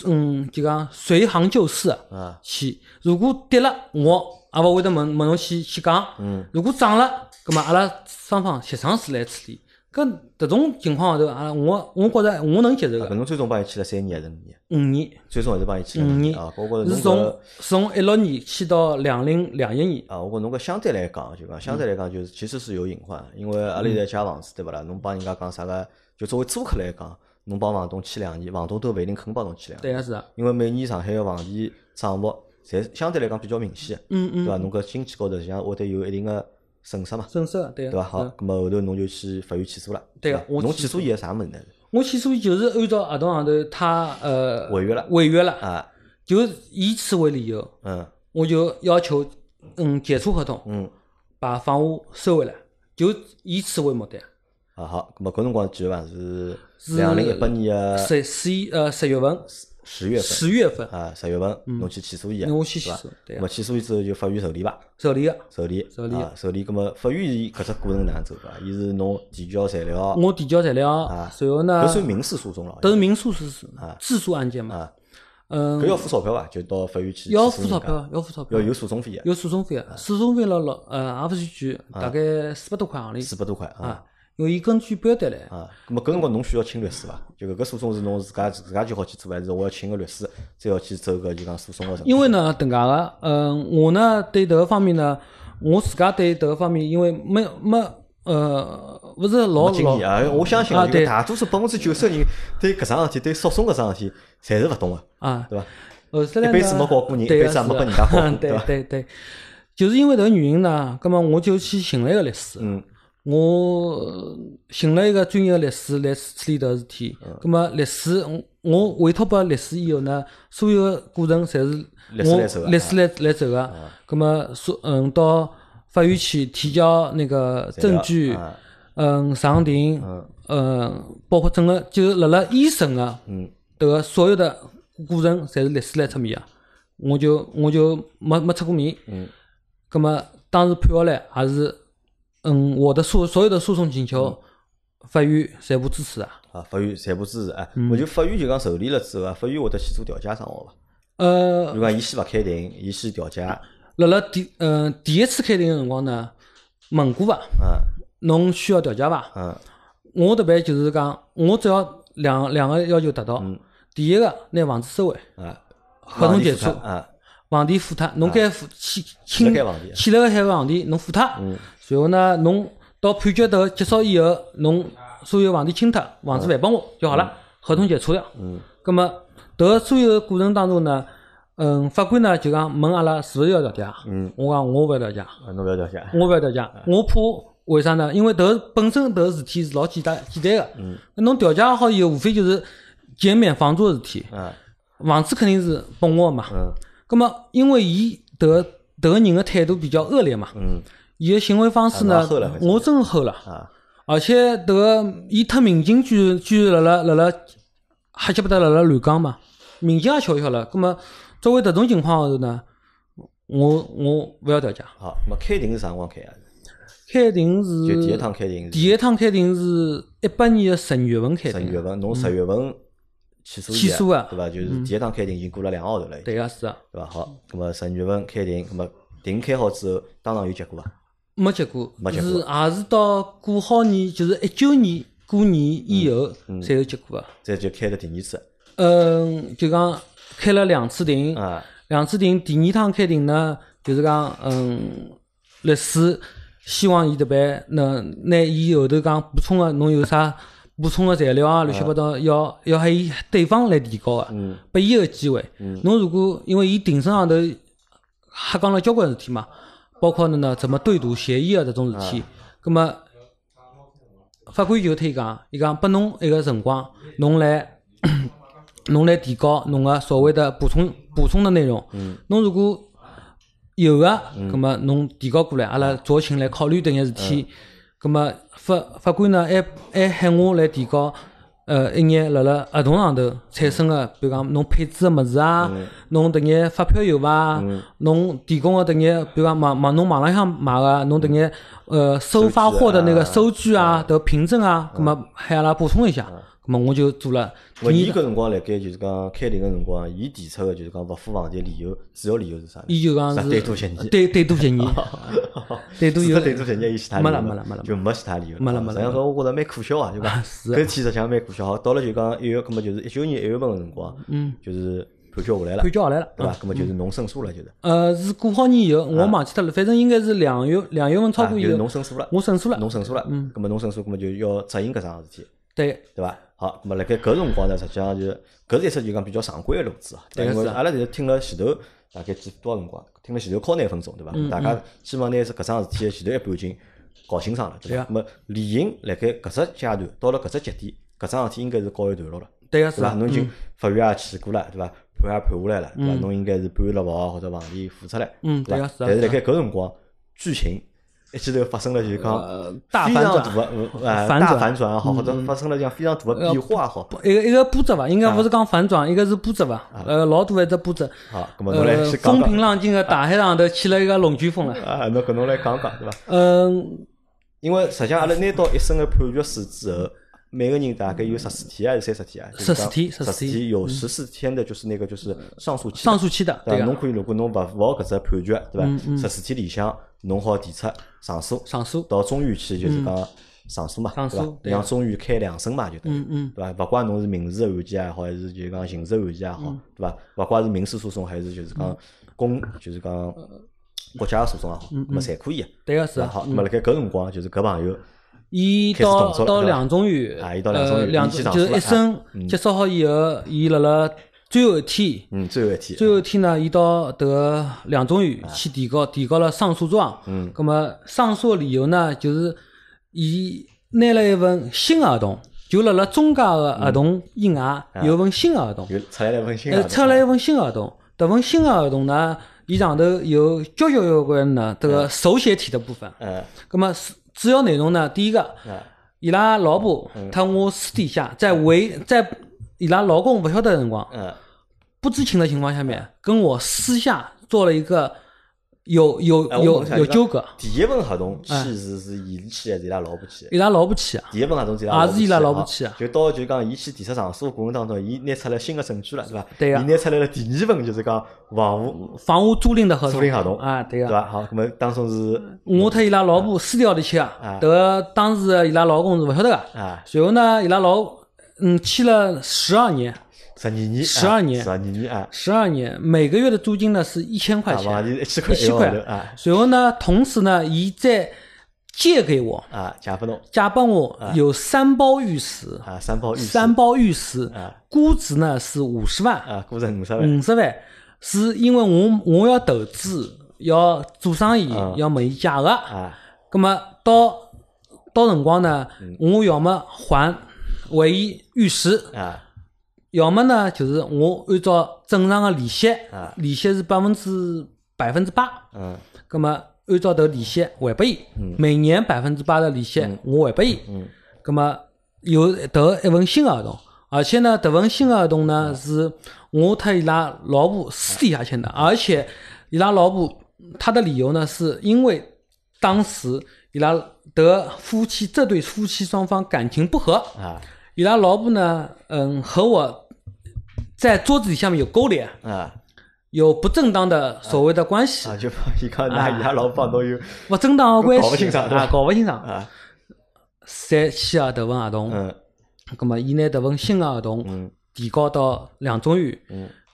[SPEAKER 2] 嗯，就讲随行就市啊
[SPEAKER 1] 啊，
[SPEAKER 2] 去。如果跌了，我也勿会得问问侬去去讲。嗯，如果涨了，葛么阿拉双方协商是来处理。搿迭种情况下头，阿拉我我觉着我能接受
[SPEAKER 1] 搿
[SPEAKER 2] 个
[SPEAKER 1] 侬最终帮伊签了三年还是五年？
[SPEAKER 2] 五年，
[SPEAKER 1] 最终还是帮伊签了
[SPEAKER 2] 五年
[SPEAKER 1] 啊。包括嗯侬
[SPEAKER 2] 是
[SPEAKER 1] 搿
[SPEAKER 2] 从从一六年去到两零两一年。
[SPEAKER 1] 啊，我觉侬搿相对来讲，就讲相对来讲，就是其实是有隐患，因为阿拉现
[SPEAKER 2] 嗯
[SPEAKER 1] 在借房子对勿啦？侬帮人家讲啥个，就作为租客来讲，侬帮房东签两年，房东都勿一定肯帮侬签两年，
[SPEAKER 2] 对个是啊，
[SPEAKER 1] 因为每年上海个房钿涨幅，侪相对来讲比较明显，
[SPEAKER 2] 嗯
[SPEAKER 1] 对
[SPEAKER 2] 嗯，
[SPEAKER 1] 伐？侬搿经济高头实际上会得有一定个损失嘛，
[SPEAKER 2] 正式个对个
[SPEAKER 1] 对伐？好
[SPEAKER 2] 是啊，
[SPEAKER 1] 葛末后头侬就去法院起诉了，
[SPEAKER 2] 对
[SPEAKER 1] 伐
[SPEAKER 2] 个我
[SPEAKER 1] 侬
[SPEAKER 2] 起
[SPEAKER 1] 起诉伊个啥物事呢？
[SPEAKER 2] 我起诉伊就是按照合同上头他呃
[SPEAKER 1] 违约了
[SPEAKER 2] 违约了，
[SPEAKER 1] 啊，
[SPEAKER 2] 就是以此为理由，
[SPEAKER 1] 嗯
[SPEAKER 2] 我就要求嗯解除合同。
[SPEAKER 1] 嗯。
[SPEAKER 2] 把房屋收回来，就以此为目的。
[SPEAKER 1] 啊好，咁么搿辰光几月份是
[SPEAKER 2] 是
[SPEAKER 1] 两零一八年个
[SPEAKER 2] 十十一呃十月份，
[SPEAKER 1] 十月份
[SPEAKER 2] 十月份
[SPEAKER 1] 啊，十月份侬去起诉伊个，
[SPEAKER 2] 那我去
[SPEAKER 1] 对伐
[SPEAKER 2] 起诉对
[SPEAKER 1] 咁
[SPEAKER 2] 啊
[SPEAKER 1] 么起诉伊之后就法院受理伐？
[SPEAKER 2] 受理个，
[SPEAKER 1] 受理，
[SPEAKER 2] 受理
[SPEAKER 1] 啊，受理。咁么法院伊搿只过程哪能走法？伊是侬提交材料，
[SPEAKER 2] 我提交材料，
[SPEAKER 1] 啊
[SPEAKER 2] 然后呢
[SPEAKER 1] 搿，算民事诉讼了，
[SPEAKER 2] 都是民诉是是
[SPEAKER 1] 啊
[SPEAKER 2] 自诉案件嘛
[SPEAKER 1] 啊，
[SPEAKER 2] 嗯
[SPEAKER 1] 搿，要付钞票伐？就到法院去
[SPEAKER 2] 要
[SPEAKER 1] 起诉
[SPEAKER 2] 付
[SPEAKER 1] 人
[SPEAKER 2] 钞
[SPEAKER 1] 家，
[SPEAKER 2] 票，要付钞票
[SPEAKER 1] 要，有诉讼费啊个，
[SPEAKER 2] 有诉讼费个，诉讼费了老呃也勿算贵，大概四百多块行钿
[SPEAKER 1] 啊四百多块啊
[SPEAKER 2] 啊，因为伊根据标单来，
[SPEAKER 1] 啊。咁么搿辰光侬需要请律师伐？就搿个诉讼是侬自家自家就好去做，还是我要请个律师，再要去走搿就讲诉讼个程序？
[SPEAKER 2] 因为呢，迭个个，嗯，我呢对迭个方面呢，我自家对迭个方面，因为没没呃，勿是老
[SPEAKER 1] 经
[SPEAKER 2] 老
[SPEAKER 1] 验啊，我相信啊，
[SPEAKER 2] 啊
[SPEAKER 1] 就
[SPEAKER 2] 对
[SPEAKER 1] 大多数百分之九十人对搿桩事体，对诉讼搿桩事体，侪是勿懂个，
[SPEAKER 2] 啊，
[SPEAKER 1] 对伐？
[SPEAKER 2] 后头来
[SPEAKER 1] 一
[SPEAKER 2] 呢
[SPEAKER 1] 辈子没搞过人
[SPEAKER 2] 对
[SPEAKER 1] 一辈子
[SPEAKER 2] 个
[SPEAKER 1] 也没
[SPEAKER 2] 是
[SPEAKER 1] 被人家搞
[SPEAKER 2] [LAUGHS]
[SPEAKER 1] 过对
[SPEAKER 2] 对
[SPEAKER 1] 吧
[SPEAKER 2] 对对，就是因为迭个原因呢，葛末我就去寻了一个律师。
[SPEAKER 1] 嗯。
[SPEAKER 2] 我呃寻了一个专业的律师来处理迭个事体，
[SPEAKER 1] 嗯
[SPEAKER 2] 葛末律师，我我委托拨律师以后呢，所有的过程侪是
[SPEAKER 1] 律师来走的
[SPEAKER 2] 我
[SPEAKER 1] 啊
[SPEAKER 2] 律师来来走个，葛末所嗯到法院去提交那个证据，
[SPEAKER 1] 啊
[SPEAKER 2] 嗯上庭，嗯包括整个就是辣辣一审个，
[SPEAKER 1] 嗯，
[SPEAKER 2] 迭个所有的过程侪是律师来出面个，啊我就我就没没出过面，
[SPEAKER 1] 嗯，
[SPEAKER 2] 葛末当时判下来还是，嗯我的诉所有的诉讼请求，
[SPEAKER 1] 嗯
[SPEAKER 2] 法院全部支持啊，
[SPEAKER 1] 啊，法院全部支持哎，
[SPEAKER 2] 嗯
[SPEAKER 1] 我就法院就讲受理了之后啊，法院会得去做调解生活伐？
[SPEAKER 2] 呃
[SPEAKER 1] 就讲伊先勿开庭，伊先调解，啊
[SPEAKER 2] 辣辣第嗯第一次开庭个辰光呢，问过伐，
[SPEAKER 1] 嗯
[SPEAKER 2] 侬需要调解伐？
[SPEAKER 1] 嗯
[SPEAKER 2] 我特别就是讲，我只要两两个要求达到，
[SPEAKER 1] 嗯
[SPEAKER 2] 第一个拿房子收回，
[SPEAKER 1] 啊，
[SPEAKER 2] 合同解除
[SPEAKER 1] 房地，产啊，
[SPEAKER 2] 房钿付脱，侬该付嗯欠啊欠
[SPEAKER 1] 该房钿
[SPEAKER 2] 欠了个海房钿，侬付脱，随后呢，侬到判决头结束以后，侬所有房钿清脱，房子还拨我就好了，合同解除掉。嗯，葛么迭个所有的过程当中呢，嗯，法官呢就讲问阿拉是勿是要调解？嗯，我讲我勿要调解。
[SPEAKER 1] 啊侬勿要调解，
[SPEAKER 2] 我勿要调解，我怕为啥呢？因为迭本身迭个事体是老简单简单个，那侬调解好以后，无非就是减免房租个事体，
[SPEAKER 1] 啊
[SPEAKER 2] 房子肯定是拨我个嘛。
[SPEAKER 1] 嗯
[SPEAKER 2] 葛么因为伊迭个迭个人个态度比较恶劣嘛，
[SPEAKER 1] 嗯
[SPEAKER 2] 伊个行为方式
[SPEAKER 1] 啊侬也吼
[SPEAKER 2] 呢
[SPEAKER 1] 了反，正
[SPEAKER 2] 我真吼了，
[SPEAKER 1] 啊
[SPEAKER 2] 而且迭个伊特民警居然居然辣辣辣辣瞎鸡巴搭辣辣乱讲嘛，民警也笑笑了。葛么作为迭种情况下头呢，我我勿要调解，
[SPEAKER 1] 好，咁么开庭是啥辰光开啊？
[SPEAKER 2] 开庭是
[SPEAKER 1] 就第一趟开庭
[SPEAKER 2] 第
[SPEAKER 1] 是
[SPEAKER 2] 一趟开庭是一八年的十二月份开
[SPEAKER 1] 十
[SPEAKER 2] 庭，
[SPEAKER 1] 月份，侬十月份起诉伊
[SPEAKER 2] 起诉啊
[SPEAKER 1] 对伐？就是第一趟开庭已经过了两个号头了，已经
[SPEAKER 2] 对个是啊，
[SPEAKER 1] 对伐？好，咁么十月份开庭，咁么庭开好之后，当场有结果伐？
[SPEAKER 2] 没结果，
[SPEAKER 1] 没结
[SPEAKER 2] 是
[SPEAKER 1] 果
[SPEAKER 2] 也是到过好年，就是一九年过年以后
[SPEAKER 1] 嗯
[SPEAKER 2] 才有结果啊。
[SPEAKER 1] 再就开了第二次
[SPEAKER 2] 嗯，就讲开了两次庭，
[SPEAKER 1] 啊，
[SPEAKER 2] 两次庭，第二趟开庭呢，就是讲嗯，律师希望伊迭边能拿伊后头讲补充个，侬有啥补充个材料啊，嗯乱七八糟，要要ให้伊对方来提高个，拨伊个机会。侬如果因为伊庭审上头瞎讲了交关事体嘛，包括呢怎么对赌协议啊迭种事体，葛末法官就推讲，伊讲拨侬一个辰光，侬来 [COUGHS] 侬来提高侬个所谓的补充补充的内容。侬如果有个，葛么侬提交过来，阿拉酌情来考虑迭眼事体。葛么法法官呢，还还喊我来提交，呃，一眼辣辣合同上头产生个，比如讲侬配置个物事啊，侬迭眼发票有伐？侬提供个迭眼，比如讲网网侬网浪向买个，侬迭眼呃收发货的那个收据啊，迭凭证啊，葛么喊阿拉补充一
[SPEAKER 1] 啊
[SPEAKER 2] 下。葛么我就做了第
[SPEAKER 1] 咾伊
[SPEAKER 2] 一
[SPEAKER 1] 搿辰光辣盖就是讲开庭个辰光，伊提出个就是讲勿付房钿理由，主要理由是啥呢？ [LAUGHS]
[SPEAKER 2] 伊就讲
[SPEAKER 1] 啥
[SPEAKER 2] 是
[SPEAKER 1] 对赌协议
[SPEAKER 2] 对对赌协议，
[SPEAKER 1] 啊
[SPEAKER 2] 对赌
[SPEAKER 1] 除
[SPEAKER 2] 有
[SPEAKER 1] 了对赌协议，伊其他
[SPEAKER 2] 没
[SPEAKER 1] 理
[SPEAKER 2] 了
[SPEAKER 1] 由
[SPEAKER 2] 没了没了
[SPEAKER 1] 就没其他理由
[SPEAKER 2] 没了没了
[SPEAKER 1] 实际上搿我觉着蛮可笑啊，就讲
[SPEAKER 2] 是
[SPEAKER 1] 搿天实际上蛮可笑。好，到了就讲一月，搿么就是一九年一月份个辰光，嗯，就是判决下来了
[SPEAKER 2] 判，决下来了。
[SPEAKER 1] 对伐？搿么就是侬胜诉了，就是
[SPEAKER 2] 呃，是过好年以后，我忘记脱了，反正应该是两月两月份超
[SPEAKER 1] 啊，
[SPEAKER 2] 过
[SPEAKER 1] 就
[SPEAKER 2] 以
[SPEAKER 1] 是
[SPEAKER 2] 后
[SPEAKER 1] 侬，胜诉了，
[SPEAKER 2] 我胜诉了。
[SPEAKER 1] 侬胜诉了，嗯，搿么侬胜诉，搿么就要执行搿桩事体。
[SPEAKER 2] 对，
[SPEAKER 1] 对伐？好，那么辣盖搿辰光呢，实际上就是搿是一出就讲比较常规个路子啊。
[SPEAKER 2] 对
[SPEAKER 1] 因为
[SPEAKER 2] 是啊
[SPEAKER 1] 阿拉就是听了前头大概几多少辰光，听了前头敲廿分钟，对伐？
[SPEAKER 2] 嗯
[SPEAKER 1] 大家基本上拿是搿桩事体的前头一半已经搞清爽了，对
[SPEAKER 2] 对
[SPEAKER 1] 伐
[SPEAKER 2] 啊？
[SPEAKER 1] 那么理应辣盖搿只阶段到了搿只节点，搿桩事体应该是告一段落了，
[SPEAKER 2] 对个是
[SPEAKER 1] 对伐？
[SPEAKER 2] 吧？
[SPEAKER 1] 侬已经法院也去过了，对伐？判也判下来了，对伐？侬应该是判了房或者房钿付出来，
[SPEAKER 2] 嗯
[SPEAKER 1] 对
[SPEAKER 2] 对
[SPEAKER 1] 伐
[SPEAKER 2] 啊？是啊
[SPEAKER 1] 但是辣
[SPEAKER 2] 是
[SPEAKER 1] 盖搿辰光剧情。一记头发生了就是讲
[SPEAKER 2] 呃大
[SPEAKER 1] 非
[SPEAKER 2] 反
[SPEAKER 1] 常
[SPEAKER 2] 转
[SPEAKER 1] 大的呃
[SPEAKER 2] 反
[SPEAKER 1] 大
[SPEAKER 2] 转嗯
[SPEAKER 1] 反转也好，或者发生了这样非常大的变化也好，
[SPEAKER 2] 一个一个波折伐，应该勿是讲反转，一个是波折伐，呃，老大一只波折。
[SPEAKER 1] 啊好，那么侬来
[SPEAKER 2] 呃，
[SPEAKER 1] 去讲
[SPEAKER 2] 风平
[SPEAKER 1] 讲
[SPEAKER 2] 浪静的大海上头起了一个龙卷风了。
[SPEAKER 1] 啊，侬搿侬来讲讲对伐？
[SPEAKER 2] 嗯，
[SPEAKER 1] 因为实际上阿拉拿到一审个判决书之后，每个人大概有十四天还是三十天啊？就是讲
[SPEAKER 2] 14天
[SPEAKER 1] 14
[SPEAKER 2] 14
[SPEAKER 1] 天有十四天的就是那个就是上诉期的，
[SPEAKER 2] 上诉期的，
[SPEAKER 1] 对伐？
[SPEAKER 2] 对个
[SPEAKER 1] 啊侬，可以如果侬勿符合搿只判决，对伐？十四天里向侬好提出上诉，
[SPEAKER 2] 上诉。嗯
[SPEAKER 1] 到中院去就是讲上诉嘛，
[SPEAKER 2] 上
[SPEAKER 1] 对
[SPEAKER 2] 诉
[SPEAKER 1] 伐？
[SPEAKER 2] 对
[SPEAKER 1] 让中院开两审嘛，就等于
[SPEAKER 2] 嗯嗯，
[SPEAKER 1] 对伐？勿怪侬是民事案件也好，还是就是讲刑事案件也好，
[SPEAKER 2] 嗯
[SPEAKER 1] 对伐？勿怪是民事诉讼还是就是讲公，就是讲国家诉讼也好，那么侪可以个。
[SPEAKER 2] 嗯对个是
[SPEAKER 1] 对伐
[SPEAKER 2] 啊。
[SPEAKER 1] 好，那么辣盖搿辰光，就是搿朋友
[SPEAKER 2] 伊
[SPEAKER 1] 开始动
[SPEAKER 2] 到
[SPEAKER 1] 作了
[SPEAKER 2] 到
[SPEAKER 1] 对吧
[SPEAKER 2] 两中院，
[SPEAKER 1] 啊伊到两中
[SPEAKER 2] 呃
[SPEAKER 1] 院
[SPEAKER 2] 两
[SPEAKER 1] 伊去
[SPEAKER 2] 中
[SPEAKER 1] 上
[SPEAKER 2] 就是
[SPEAKER 1] 诉了啊
[SPEAKER 2] 一审结束好以后，伊辣辣最后一天。
[SPEAKER 1] 嗯，最后一天，
[SPEAKER 2] 最后一天呢，伊到迭个两中院
[SPEAKER 1] 啊
[SPEAKER 2] 去提高，提高了上诉状。嗯。葛么上诉的理由呢，就是伊拿了一份新的合同，就辣辣中介个合同以外有份新的合同，
[SPEAKER 1] 又出来啊了一嗯份新
[SPEAKER 2] 呃，
[SPEAKER 1] 合
[SPEAKER 2] 出
[SPEAKER 1] 同
[SPEAKER 2] 来一份新的合同。迭份新的合同呢，伊上头有交交关关呢迭
[SPEAKER 1] 嗯
[SPEAKER 2] 个手写体的部分。
[SPEAKER 1] 呃，
[SPEAKER 2] 葛么主主要内容呢，第一个，伊拉老婆
[SPEAKER 1] 嗯
[SPEAKER 2] 他我私底下在为在伊拉老公勿晓得的辰光。
[SPEAKER 1] 嗯
[SPEAKER 2] 不知情的情况下面，跟我私下做了一个有有
[SPEAKER 1] 哎我
[SPEAKER 2] 有
[SPEAKER 1] 问一下
[SPEAKER 2] 有
[SPEAKER 1] 就
[SPEAKER 2] 纠葛，哎
[SPEAKER 1] 第一份合同签字是伊签还是伊拉老婆签？
[SPEAKER 2] 伊拉老婆去啊，
[SPEAKER 1] 第一份合同是伊拉
[SPEAKER 2] 啊
[SPEAKER 1] 老婆
[SPEAKER 2] 是伊拉
[SPEAKER 1] 签
[SPEAKER 2] 老婆
[SPEAKER 1] 啊
[SPEAKER 2] 签啊啊
[SPEAKER 1] 就到就讲伊去提出上诉的过程当中，伊拿出来新的证据了，对伐？
[SPEAKER 2] 对啊
[SPEAKER 1] 伊拿出来了第二份就是讲房屋
[SPEAKER 2] 房屋租赁的合同，
[SPEAKER 1] 租赁合同
[SPEAKER 2] 啊，对
[SPEAKER 1] 对
[SPEAKER 2] 个，
[SPEAKER 1] 伐？好，搿么当中是
[SPEAKER 2] 我和伊拉老婆私聊里去啊，迭个当时的伊拉老公是勿晓得个，
[SPEAKER 1] 啊，
[SPEAKER 2] 随后呢，伊拉老嗯签了十二年，
[SPEAKER 1] 十二年，
[SPEAKER 2] 12年
[SPEAKER 1] 十二年啊，
[SPEAKER 2] 十二年每个月的租金呢是一千块
[SPEAKER 1] 啊，
[SPEAKER 2] 钱，
[SPEAKER 1] 房钿一千
[SPEAKER 2] 一
[SPEAKER 1] 块一
[SPEAKER 2] 千
[SPEAKER 1] 个号头
[SPEAKER 2] 块
[SPEAKER 1] 啊，
[SPEAKER 2] 随后呢，同时呢，伊再借给我，
[SPEAKER 1] 啊，借拨侬
[SPEAKER 2] 借拨我哦有三包玉石，
[SPEAKER 1] 啊，三包玉石
[SPEAKER 2] 三包玉石
[SPEAKER 1] 啊，
[SPEAKER 2] 估值呢是五十万，
[SPEAKER 1] 啊，估值五十万
[SPEAKER 2] 五十万，是因为我我要投资，要做生意，要问伊借个。
[SPEAKER 1] 啊，
[SPEAKER 2] 咁么到到辰光呢，我要么还还伊玉石，
[SPEAKER 1] 啊
[SPEAKER 2] 要么呢就是我按照正常的利息，利息是百分之百分之八，
[SPEAKER 1] 嗯
[SPEAKER 2] 咁么按照迭利息还拨伊，每年百分之八的利息我还拨伊，咁么有得一份新的合同，而且呢，迭份新的合同呢是我和伊拉老婆私底下签的，而且伊拉老婆她的理由呢是因为当时伊拉得夫妻这对夫妻双方感情不和，
[SPEAKER 1] 啊
[SPEAKER 2] 伊拉老婆呢，嗯，和我在桌子底下面有勾连，
[SPEAKER 1] 啊。
[SPEAKER 2] 有不正当的所谓的关系，
[SPEAKER 1] 啊，就帮伊讲，那伊拉啊老帮侬有
[SPEAKER 2] 不正当的关系，
[SPEAKER 1] 搞不清爽
[SPEAKER 2] 啊，搞不清爽。
[SPEAKER 1] 啊，
[SPEAKER 2] 三签啊，迭份合同，
[SPEAKER 1] 嗯
[SPEAKER 2] 葛末
[SPEAKER 1] 嗯
[SPEAKER 2] 伊拿迭份新的合同提交到两中院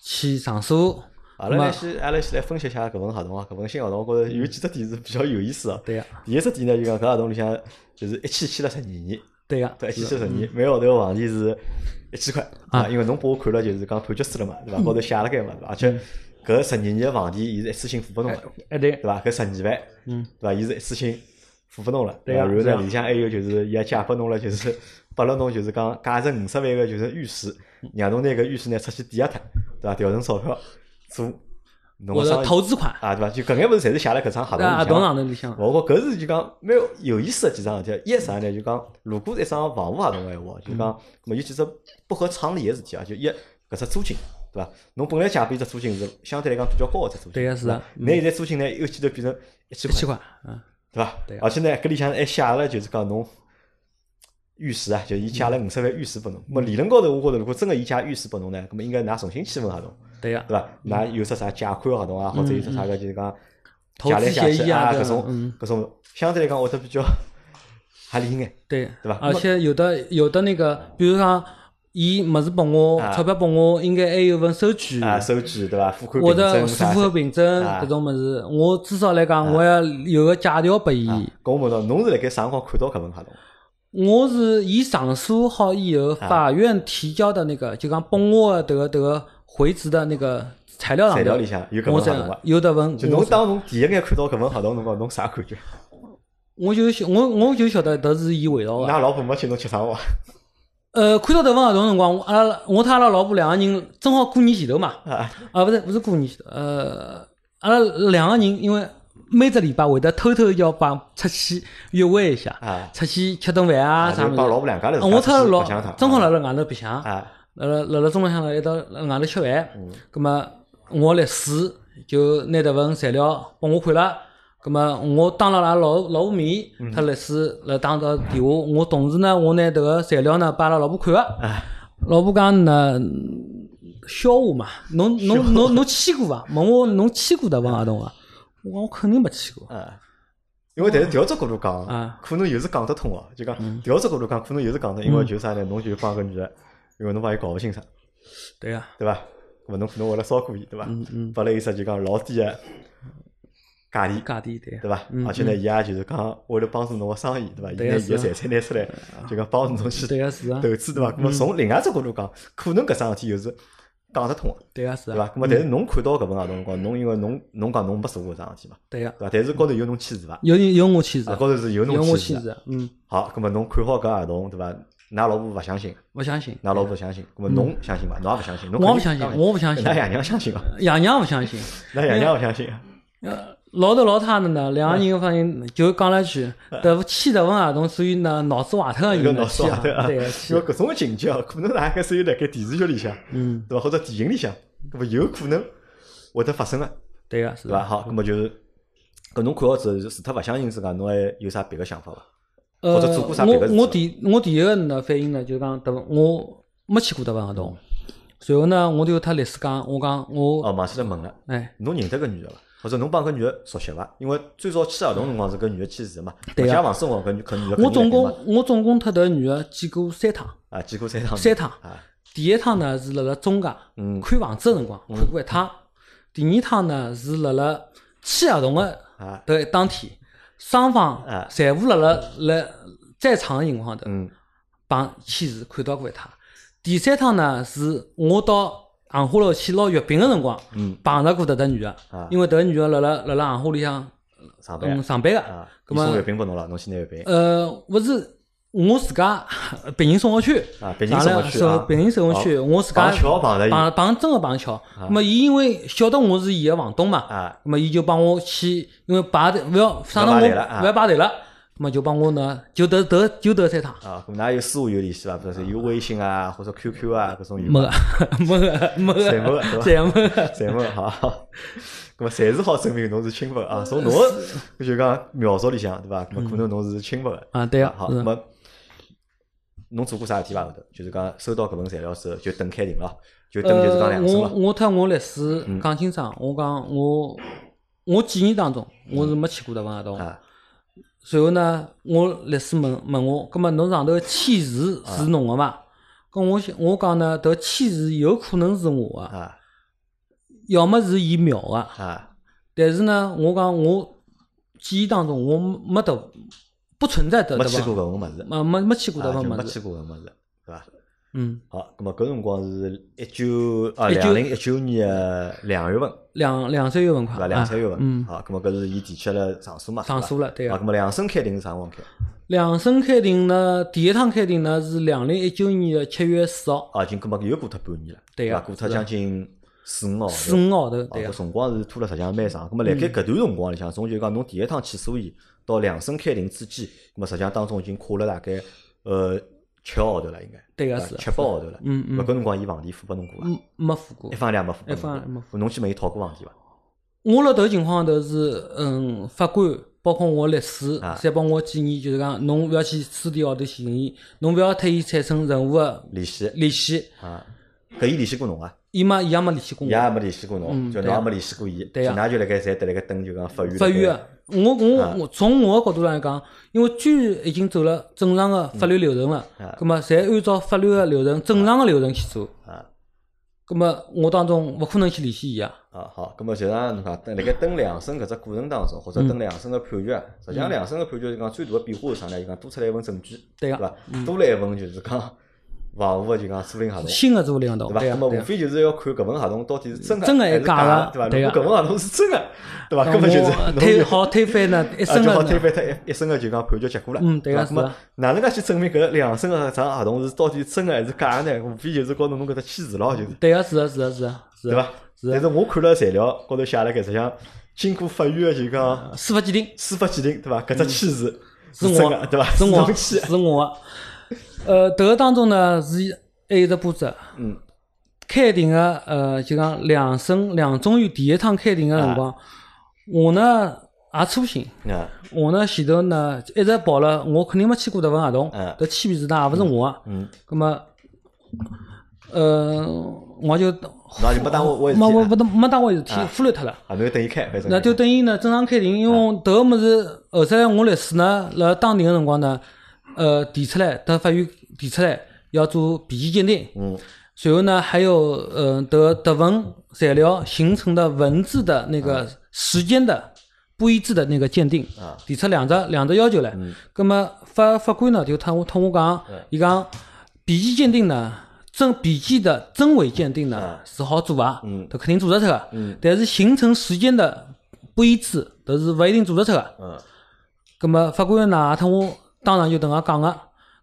[SPEAKER 2] 去上诉，
[SPEAKER 1] 阿拉来先，阿拉先来分析一下搿份合同啊，搿份新合同，我觉着有几只点是比较有意思啊。
[SPEAKER 2] 对个，
[SPEAKER 1] 第一只点呢，就讲搿合同里向就是一签签了十二年，
[SPEAKER 2] 对嗯个，
[SPEAKER 1] 对，一签签十二年，每个号头房钿是一千块啊，因为侬拨我看了就是讲判决书了嘛，对伐？高头写了该嘛，对伐？而且搿十二年个房钿，伊是一次性付拨侬个，
[SPEAKER 2] 嗯哎对，
[SPEAKER 1] 对伐？搿十二万，
[SPEAKER 2] 嗯，
[SPEAKER 1] 对伐？伊是一次性付拨侬了，
[SPEAKER 2] 对
[SPEAKER 1] 伐？
[SPEAKER 2] 啊
[SPEAKER 1] 然后
[SPEAKER 2] 是
[SPEAKER 1] 呢，
[SPEAKER 2] 啊
[SPEAKER 1] 里向还有就是伊还借拨侬了，就是拨了侬就是讲价值五十万个就是浴室，让侬拿搿浴室呢出去抵押脱，对伐？调成钞票做侬
[SPEAKER 2] 或
[SPEAKER 1] 个
[SPEAKER 2] 者
[SPEAKER 1] 生意
[SPEAKER 2] 投啊资款，
[SPEAKER 1] 啊，对伐？就搿眼物事侪是写辣搿张合同
[SPEAKER 2] 那合
[SPEAKER 1] 里
[SPEAKER 2] 同
[SPEAKER 1] 向。
[SPEAKER 2] 上头里向，
[SPEAKER 1] 我觉搿是就讲蛮有意思的几桩事体。一是啥呢？就讲如果是一桩房屋合同个闲话，就
[SPEAKER 2] 嗯
[SPEAKER 1] 讲咾么有几只不合常理个事体啊。就一搿只租金，对伐？侬本来借拨伊只租金是相对来讲比较高个只租金，
[SPEAKER 2] 对个是
[SPEAKER 1] 伐
[SPEAKER 2] 啊
[SPEAKER 1] 那现在租金呢又一记头变成一千块
[SPEAKER 2] 一千，块，嗯，
[SPEAKER 1] 对伐
[SPEAKER 2] 对？啊
[SPEAKER 1] 而且呢，搿里向还写了就是讲侬浴室啊，就伊借了五十万浴室拨侬。咾么理论高头，我觉着如果真个伊借浴室拨侬呢，咾么应该㑚重新签份合同，
[SPEAKER 2] 对个，
[SPEAKER 1] 对伐？㑚有只啥借款合同啊，或者有只啥个就是讲
[SPEAKER 2] 嗯投
[SPEAKER 1] 借来
[SPEAKER 2] 资
[SPEAKER 1] 借
[SPEAKER 2] 协
[SPEAKER 1] 去
[SPEAKER 2] 议
[SPEAKER 1] 啊
[SPEAKER 2] 啊
[SPEAKER 1] 搿
[SPEAKER 2] 搿种，
[SPEAKER 1] 种
[SPEAKER 2] 嗯，
[SPEAKER 1] 搿种，相对来讲会得比较合理一眼。
[SPEAKER 2] 对，
[SPEAKER 1] 对吧
[SPEAKER 2] 而且有的有的那个，比如讲，伊物事拨我
[SPEAKER 1] 啊，
[SPEAKER 2] 钞票拨我，应该还有份收据，
[SPEAKER 1] 啊，收据对伐？付款
[SPEAKER 2] 或
[SPEAKER 1] 凭
[SPEAKER 2] 者
[SPEAKER 1] 证
[SPEAKER 2] 支
[SPEAKER 1] 啥
[SPEAKER 2] 付
[SPEAKER 1] 子？
[SPEAKER 2] 凭证
[SPEAKER 1] 啊
[SPEAKER 2] 搿种物事，我至少来讲，我要有个借条拨伊。
[SPEAKER 1] 搿我问到侬是辣盖啥辰光看到搿份合同？
[SPEAKER 2] 我是伊上诉好以后，
[SPEAKER 1] 啊
[SPEAKER 2] 法院提交的那个，就讲拨我的迭个迭个回执的那个材料上
[SPEAKER 1] 材
[SPEAKER 2] 头
[SPEAKER 1] 料里向有搿
[SPEAKER 2] 我
[SPEAKER 1] 份合同
[SPEAKER 2] 才
[SPEAKER 1] 伐？
[SPEAKER 2] 有得份。
[SPEAKER 1] 就
[SPEAKER 2] 我
[SPEAKER 1] 侬当侬第一眼看到搿份合同辰光，侬啥感觉？
[SPEAKER 2] 我就晓我我就晓得迭是伊回道个。
[SPEAKER 1] 㑚老婆没请侬吃啥伐？呃
[SPEAKER 2] 啊呃，看到迭份合同辰光，我阿拉我和阿拉老婆两个人正好过年前头嘛，
[SPEAKER 1] [LAUGHS] 啊
[SPEAKER 2] 啊，不是不是过年，呃，阿拉两个人因为每只礼拜会得偷偷要帮出去约会一下，
[SPEAKER 1] 啊！
[SPEAKER 2] 出去吃顿饭啊
[SPEAKER 1] 啊
[SPEAKER 2] 啥
[SPEAKER 1] 就
[SPEAKER 2] 物
[SPEAKER 1] 帮老
[SPEAKER 2] 事。
[SPEAKER 1] 婆两家头
[SPEAKER 2] 啊
[SPEAKER 1] 自
[SPEAKER 2] 我
[SPEAKER 1] 家
[SPEAKER 2] 和阿拉
[SPEAKER 1] 吃
[SPEAKER 2] 老
[SPEAKER 1] 白相趟
[SPEAKER 2] 正好辣辣外头白相，
[SPEAKER 1] 啊
[SPEAKER 2] 辣辣辣辣中浪向辣一道辣外头吃饭，葛么我来试就拿迭份材料拨我看了，葛么我当了阿拉老老婆面，他来试来打到电话，我同时呢我拿迭个材料呢拨阿拉老婆看个，
[SPEAKER 1] 啊
[SPEAKER 2] 老婆讲呢。笑话嘛，侬侬侬侬签过伐？问我侬签过迭份合同伐？啊我讲我肯定没签过。
[SPEAKER 1] 啊！因为但是调只角度讲
[SPEAKER 2] 啊，嗯
[SPEAKER 1] 可能又是讲得通哦。就讲调只角度讲，可能又是讲得，因为就是啥呢？侬就帮搿女的，因为侬帮伊搞勿清爽。
[SPEAKER 2] 对啊呀、
[SPEAKER 1] 对伐？咾侬可能为了照顾伊，对
[SPEAKER 2] 嗯
[SPEAKER 1] 伐？拨了伊只就讲老低个价钿，
[SPEAKER 2] 价钿对呀啊
[SPEAKER 1] 对伐？而且呢，伊也就是讲为了帮助侬个生意，对伐？伊
[SPEAKER 2] 嗯对
[SPEAKER 1] 拿
[SPEAKER 2] 啊
[SPEAKER 1] 伊个财
[SPEAKER 2] 是啊
[SPEAKER 1] 产拿出来，就讲帮助侬去
[SPEAKER 2] 对呀是啊，
[SPEAKER 1] 投资，对伐？咾么从另外一只角度讲，可能搿桩事体又是讲得通个，
[SPEAKER 2] 对呀是
[SPEAKER 1] 对
[SPEAKER 2] 啊
[SPEAKER 1] 伐？，咾么但是侬看到搿份合同辰光，侬因为侬侬讲侬没做过搿桩事体嘛，
[SPEAKER 2] 对呀，
[SPEAKER 1] 对伐？但是高头有侬签字伐？
[SPEAKER 2] 有有我签字
[SPEAKER 1] 啊，，高头是有
[SPEAKER 2] 嗯有
[SPEAKER 1] 侬
[SPEAKER 2] 我
[SPEAKER 1] 签
[SPEAKER 2] 签
[SPEAKER 1] 字的。
[SPEAKER 2] 字，嗯，
[SPEAKER 1] 好，咾么侬看好搿合同，对伐？㑚老婆勿相信，
[SPEAKER 2] 勿相信，
[SPEAKER 1] 㑚老婆相信，咾么侬相信伐？侬也勿相信，侬
[SPEAKER 2] 嗯
[SPEAKER 1] 肯
[SPEAKER 2] 我
[SPEAKER 1] 定
[SPEAKER 2] 不相信
[SPEAKER 1] 勿，
[SPEAKER 2] 我不相信
[SPEAKER 1] 㑚，爷娘相信伐？啊
[SPEAKER 2] 爷娘不相信。
[SPEAKER 1] 那爷娘我相信啊，
[SPEAKER 2] 呃，老头老太太呢，两个人发现就讲了一句，得签这份合同，属于呢脑子坏脱的
[SPEAKER 1] 嗯这个 [LAUGHS]
[SPEAKER 2] 人
[SPEAKER 1] 脑
[SPEAKER 2] 呢
[SPEAKER 1] 子
[SPEAKER 2] 签
[SPEAKER 1] 啊，对
[SPEAKER 2] 啊，
[SPEAKER 1] 啊，
[SPEAKER 2] 对
[SPEAKER 1] 因
[SPEAKER 2] 啊
[SPEAKER 1] 为
[SPEAKER 2] 签，
[SPEAKER 1] 搿种情节哦，可能大概只有辣盖电视剧里向，
[SPEAKER 2] 嗯，
[SPEAKER 1] 对伐？或者电影里向，搿么有可能会得发生啊，
[SPEAKER 2] 对个是
[SPEAKER 1] 对伐？
[SPEAKER 2] 吧？
[SPEAKER 1] 好，搿么就是，搿侬看好之后，除脱勿相信之外，侬还有啥别个想法伐？或
[SPEAKER 2] 呃，
[SPEAKER 1] 者做过啥别的事情
[SPEAKER 2] 我我第我第一个呢反应呢，就讲得我没签过这份合同，随后呢，我就和他律师讲，我讲我，
[SPEAKER 1] 哦，忘记了问了，
[SPEAKER 2] 哎，
[SPEAKER 1] 侬认得搿女的伐？或者侬帮搿女的熟悉伐？因为最早签合同辰光是搿女的签字的嘛，
[SPEAKER 2] 对啊
[SPEAKER 1] 像王生王搿女搿女的肯定
[SPEAKER 2] 我总
[SPEAKER 1] 来嘛
[SPEAKER 2] 共我总共和迭女的见过三趟，
[SPEAKER 1] 啊见过三趟面，
[SPEAKER 2] 三趟
[SPEAKER 1] 啊，
[SPEAKER 2] 第一趟呢是辣辣中介。
[SPEAKER 1] 嗯
[SPEAKER 2] 看房子个辰光看过一趟，第二趟呢是辣辣签合同个
[SPEAKER 1] 啊
[SPEAKER 2] 头当天，双方
[SPEAKER 1] 啊
[SPEAKER 2] 侪部辣辣辣在场个情况头
[SPEAKER 1] 嗯
[SPEAKER 2] 帮签字看到过一趟。第三趟呢是我到杏花楼去捞月饼个辰光
[SPEAKER 1] 嗯
[SPEAKER 2] 碰着过迭只女个
[SPEAKER 1] 啊，
[SPEAKER 2] 因为迭个女个辣辣辣辣杏花里向
[SPEAKER 1] 上班
[SPEAKER 2] 嗯上班个，
[SPEAKER 1] 啊，
[SPEAKER 2] 葛
[SPEAKER 1] 伊送
[SPEAKER 2] 末
[SPEAKER 1] 月饼拨侬了，侬去拿月饼
[SPEAKER 2] 呃，勿是我自家别人送我去，
[SPEAKER 1] 啊，别人
[SPEAKER 2] 上
[SPEAKER 1] 送
[SPEAKER 2] 来
[SPEAKER 1] 过去
[SPEAKER 2] 送
[SPEAKER 1] 啊，
[SPEAKER 2] 别人送我去，我自家
[SPEAKER 1] 碰巧碰着伊
[SPEAKER 2] 碰碰真个碰巧。那么伊因为晓得我是伊个房东嘛，
[SPEAKER 1] 啊
[SPEAKER 2] 那么伊就帮我去，因为排队勿要省得
[SPEAKER 1] 排
[SPEAKER 2] 我
[SPEAKER 1] 队了啊
[SPEAKER 2] 勿要排队了，那么就帮我呢，就得得就得三趟，
[SPEAKER 1] 啊，咁㑚有私下有联系伐？比如说有微信啊，或者 QQ 啊，搿种有
[SPEAKER 2] 没个 [LAUGHS] 没个没个，
[SPEAKER 1] 侪没个对伐
[SPEAKER 2] 侪没个，
[SPEAKER 1] 侪没好，咁么侪是好证明侬是清白啊。
[SPEAKER 2] 呃
[SPEAKER 1] 从侬个就讲描述里向对伐？咁么可能侬是清白个
[SPEAKER 2] 啊对啊
[SPEAKER 1] 好，
[SPEAKER 2] 嗯是
[SPEAKER 1] 咁么侬做过啥事体伐？后头就是讲收到搿份材料之后就等开庭了，就等就是讲
[SPEAKER 2] 呃，
[SPEAKER 1] 两审
[SPEAKER 2] 我
[SPEAKER 1] 了
[SPEAKER 2] 我特我律师
[SPEAKER 1] 嗯
[SPEAKER 2] 讲清爽，我讲我我建议当中我是没签过迭份合同，
[SPEAKER 1] 啊
[SPEAKER 2] 随后呢，我律师问问我，葛么侬上头签字
[SPEAKER 1] 啊
[SPEAKER 2] 是侬啊个伐？咁我想我讲呢，迭签字有可能是我个，
[SPEAKER 1] 啊
[SPEAKER 2] 要么是伊秒个，
[SPEAKER 1] 啊，
[SPEAKER 2] 但是呢，我讲我记忆当中我没得不存在得
[SPEAKER 1] 没
[SPEAKER 2] 呃对
[SPEAKER 1] 去过
[SPEAKER 2] 伐？
[SPEAKER 1] 搿种物事，
[SPEAKER 2] 没没没去过
[SPEAKER 1] 啊
[SPEAKER 2] 迭
[SPEAKER 1] 就
[SPEAKER 2] 份
[SPEAKER 1] 没
[SPEAKER 2] 物事，
[SPEAKER 1] 去过搿物事，对伐？
[SPEAKER 2] 嗯，
[SPEAKER 1] 好，咁么搿辰光是一九啊
[SPEAKER 2] 19
[SPEAKER 1] 两零一九年个两月份，
[SPEAKER 2] 两两三月份快
[SPEAKER 1] 对伐？
[SPEAKER 2] 啊，
[SPEAKER 1] 两三月份，
[SPEAKER 2] 嗯，
[SPEAKER 1] 好，咁么搿是伊提起了长沙嘛，
[SPEAKER 2] 上
[SPEAKER 1] 对
[SPEAKER 2] 诉了，对
[SPEAKER 1] 伐
[SPEAKER 2] 个
[SPEAKER 1] 啊，。咁么两声开庭是啥辰光开？
[SPEAKER 2] 两审开庭呢，第一趟开庭呢是两零一九年的七月四号，
[SPEAKER 1] 啊，已经搿么又过脱半年了，
[SPEAKER 2] 对
[SPEAKER 1] 伐？
[SPEAKER 2] 个
[SPEAKER 1] 过脱
[SPEAKER 2] 是的啊
[SPEAKER 1] 将近四五个号头，
[SPEAKER 2] 四五个号头，
[SPEAKER 1] 啊，
[SPEAKER 2] 对嗯
[SPEAKER 1] 搿
[SPEAKER 2] 个，
[SPEAKER 1] 辰光是拖了实际上蛮长。咁么辣盖搿段辰光里向，总就讲侬第一趟起诉伊到两审开庭之间，咁么实际上当中已经跨了大概呃七个号头了，应该
[SPEAKER 2] 对个
[SPEAKER 1] 啊
[SPEAKER 2] 是的，
[SPEAKER 1] 七八个号头了。
[SPEAKER 2] 嗯
[SPEAKER 1] 咁么
[SPEAKER 2] 嗯
[SPEAKER 1] 搿，辰光伊房钿付拨侬过伐？
[SPEAKER 2] 嗯没付过
[SPEAKER 1] 一。方两没付拨
[SPEAKER 2] 一分两没
[SPEAKER 1] 侬过，侬去问伊讨过房钿伐？
[SPEAKER 2] 我辣迭个情况下头是，嗯，法官包括我律师
[SPEAKER 1] 啊，
[SPEAKER 2] 侪帮我建议，就是讲侬勿要去私底下头寻伊，侬勿要特意产生任啊何个
[SPEAKER 1] 联系
[SPEAKER 2] 联系，
[SPEAKER 1] 啊，搿伊联系过侬啊？
[SPEAKER 2] 伊嘛伊也没联系过
[SPEAKER 1] 伊
[SPEAKER 2] 我。
[SPEAKER 1] 也没联系过侬，
[SPEAKER 2] 嗯
[SPEAKER 1] 就
[SPEAKER 2] 对
[SPEAKER 1] 侬也
[SPEAKER 2] 啊
[SPEAKER 1] 没联系过伊，
[SPEAKER 2] 对啊
[SPEAKER 1] 㑚就辣盖侪得辣盖等就讲法院。
[SPEAKER 2] 法院啊，我
[SPEAKER 1] 啊
[SPEAKER 2] 我我从我个角度来讲，因为既然已经走了正常个法律流程了
[SPEAKER 1] 嗯啊，
[SPEAKER 2] 葛末侪按照法律个流程、正常个流程去做。
[SPEAKER 1] 啊
[SPEAKER 2] 葛末我当中勿可能去联系伊啊。
[SPEAKER 1] 啊好，咁么就让侬讲，等辣盖等两审搿只过程当中，或者
[SPEAKER 2] 嗯
[SPEAKER 1] 等两审个判决啊，实际上两审个判决就讲最大个变化是啥呢？就讲多出来一份证据，
[SPEAKER 2] 对啊
[SPEAKER 1] 对伐？
[SPEAKER 2] 嗯个
[SPEAKER 1] 多了一份就是讲房屋个就讲租赁合同，
[SPEAKER 2] [LAUGHS] 新个租赁合同，
[SPEAKER 1] 对伐？
[SPEAKER 2] 对
[SPEAKER 1] 那么
[SPEAKER 2] 个
[SPEAKER 1] 无
[SPEAKER 2] 对啊个。
[SPEAKER 1] 非就是要看搿份合同到底是真个
[SPEAKER 2] 真的
[SPEAKER 1] 还
[SPEAKER 2] 还
[SPEAKER 1] 是
[SPEAKER 2] 是假
[SPEAKER 1] 假
[SPEAKER 2] 的
[SPEAKER 1] 个，对
[SPEAKER 2] 对
[SPEAKER 1] 伐？
[SPEAKER 2] 个
[SPEAKER 1] 如果搿份合同是真个，对伐？
[SPEAKER 2] 那
[SPEAKER 1] 搿么 [LAUGHS] 就是
[SPEAKER 2] 我啊
[SPEAKER 1] 侬
[SPEAKER 2] 推
[SPEAKER 1] 就
[SPEAKER 2] 好推翻呢，一
[SPEAKER 1] [LAUGHS] 啊，
[SPEAKER 2] 生
[SPEAKER 1] 就好
[SPEAKER 2] 个
[SPEAKER 1] 推
[SPEAKER 2] 呢，
[SPEAKER 1] 翻他一一审个就讲判决结果了。
[SPEAKER 2] 嗯对
[SPEAKER 1] 个。
[SPEAKER 2] 个
[SPEAKER 1] 咁么
[SPEAKER 2] 是
[SPEAKER 1] 哪能介去证明搿两审个张合同是到底真个还是假个呢？无非就是告侬侬搿只签字咯，就是
[SPEAKER 2] 对个是个是个是个是啊
[SPEAKER 1] 对
[SPEAKER 2] 个
[SPEAKER 1] 伐？但是我看了材料高头写了搿实际上经过法院个就讲
[SPEAKER 2] 司法鉴定
[SPEAKER 1] 司法鉴定对伐？搿只签字
[SPEAKER 2] 嗯是
[SPEAKER 1] 真
[SPEAKER 2] 我
[SPEAKER 1] 个对伐？
[SPEAKER 2] 是我
[SPEAKER 1] 侬
[SPEAKER 2] [LAUGHS]
[SPEAKER 1] 啊签的。
[SPEAKER 2] 是我的。啊呃，迭个当中呢是还有一只波折，
[SPEAKER 1] 嗯，
[SPEAKER 2] 开庭个呃就讲两审两中院第一趟开庭个辰光，我呢也粗心，
[SPEAKER 1] 啊
[SPEAKER 2] 我呢前头呢一直跑了，我肯定没签过迭份合同
[SPEAKER 1] 嗯，
[SPEAKER 2] 迭签名字呢也勿是我个，
[SPEAKER 1] 嗯，
[SPEAKER 2] 葛末呃我就
[SPEAKER 1] 那就没
[SPEAKER 2] [LAUGHS]
[SPEAKER 1] 当我我也是
[SPEAKER 2] 没
[SPEAKER 1] 啊
[SPEAKER 2] 没当没当回事体，忽略脱了。
[SPEAKER 1] 啊，侬就等伊开，反正
[SPEAKER 2] 那就等于呢正常开
[SPEAKER 1] 嗯
[SPEAKER 2] 庭，因为迭个物事后头来我律师呢辣当庭个辰光呢，呃提出来，到法院提出来要做笔迹鉴定，
[SPEAKER 1] 嗯
[SPEAKER 2] 随后呢还有呃得得份材料形成的文字的那个时间的不一致的那个鉴定
[SPEAKER 1] 嗯啊，
[SPEAKER 2] 提出两只两只要求来。葛么法法官呢就他我他我讲
[SPEAKER 1] 嗯，
[SPEAKER 2] 伊讲笔迹鉴定呢。真笔迹的真伪鉴定呢
[SPEAKER 1] 啊
[SPEAKER 2] 是好做啊，
[SPEAKER 1] 嗯
[SPEAKER 2] 他肯定做得出个。
[SPEAKER 1] 嗯
[SPEAKER 2] 但是形成时间的不一致，迭是勿一定做得出个。
[SPEAKER 1] 嗯
[SPEAKER 2] 葛么法官呢，他我当场就同我讲个。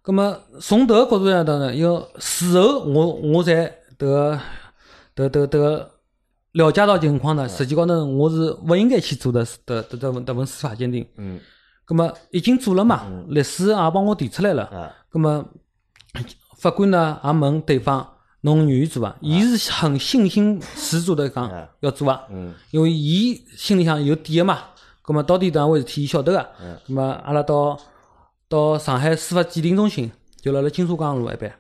[SPEAKER 2] 葛么从迭个角度来讲呢，要事后我我才迭个迭迭迭个了解到情况呢，实际高头我是勿应该去做的迭迭迭份迭份司法鉴定。
[SPEAKER 1] 嗯
[SPEAKER 2] 葛么已经做了嘛，律师也帮我提出来了。
[SPEAKER 1] 啊
[SPEAKER 2] 咁么法官呢也问对方侬愿意做伐？伊是很信心十足的讲
[SPEAKER 1] 啊
[SPEAKER 2] 要做伐，
[SPEAKER 1] 嗯
[SPEAKER 2] 因为伊心里向有底个嘛。咁么到底哪回事体伊晓得个
[SPEAKER 1] 嗯。
[SPEAKER 2] 咁么阿拉到到上海司法鉴定中心，就辣辣金沙江路埃边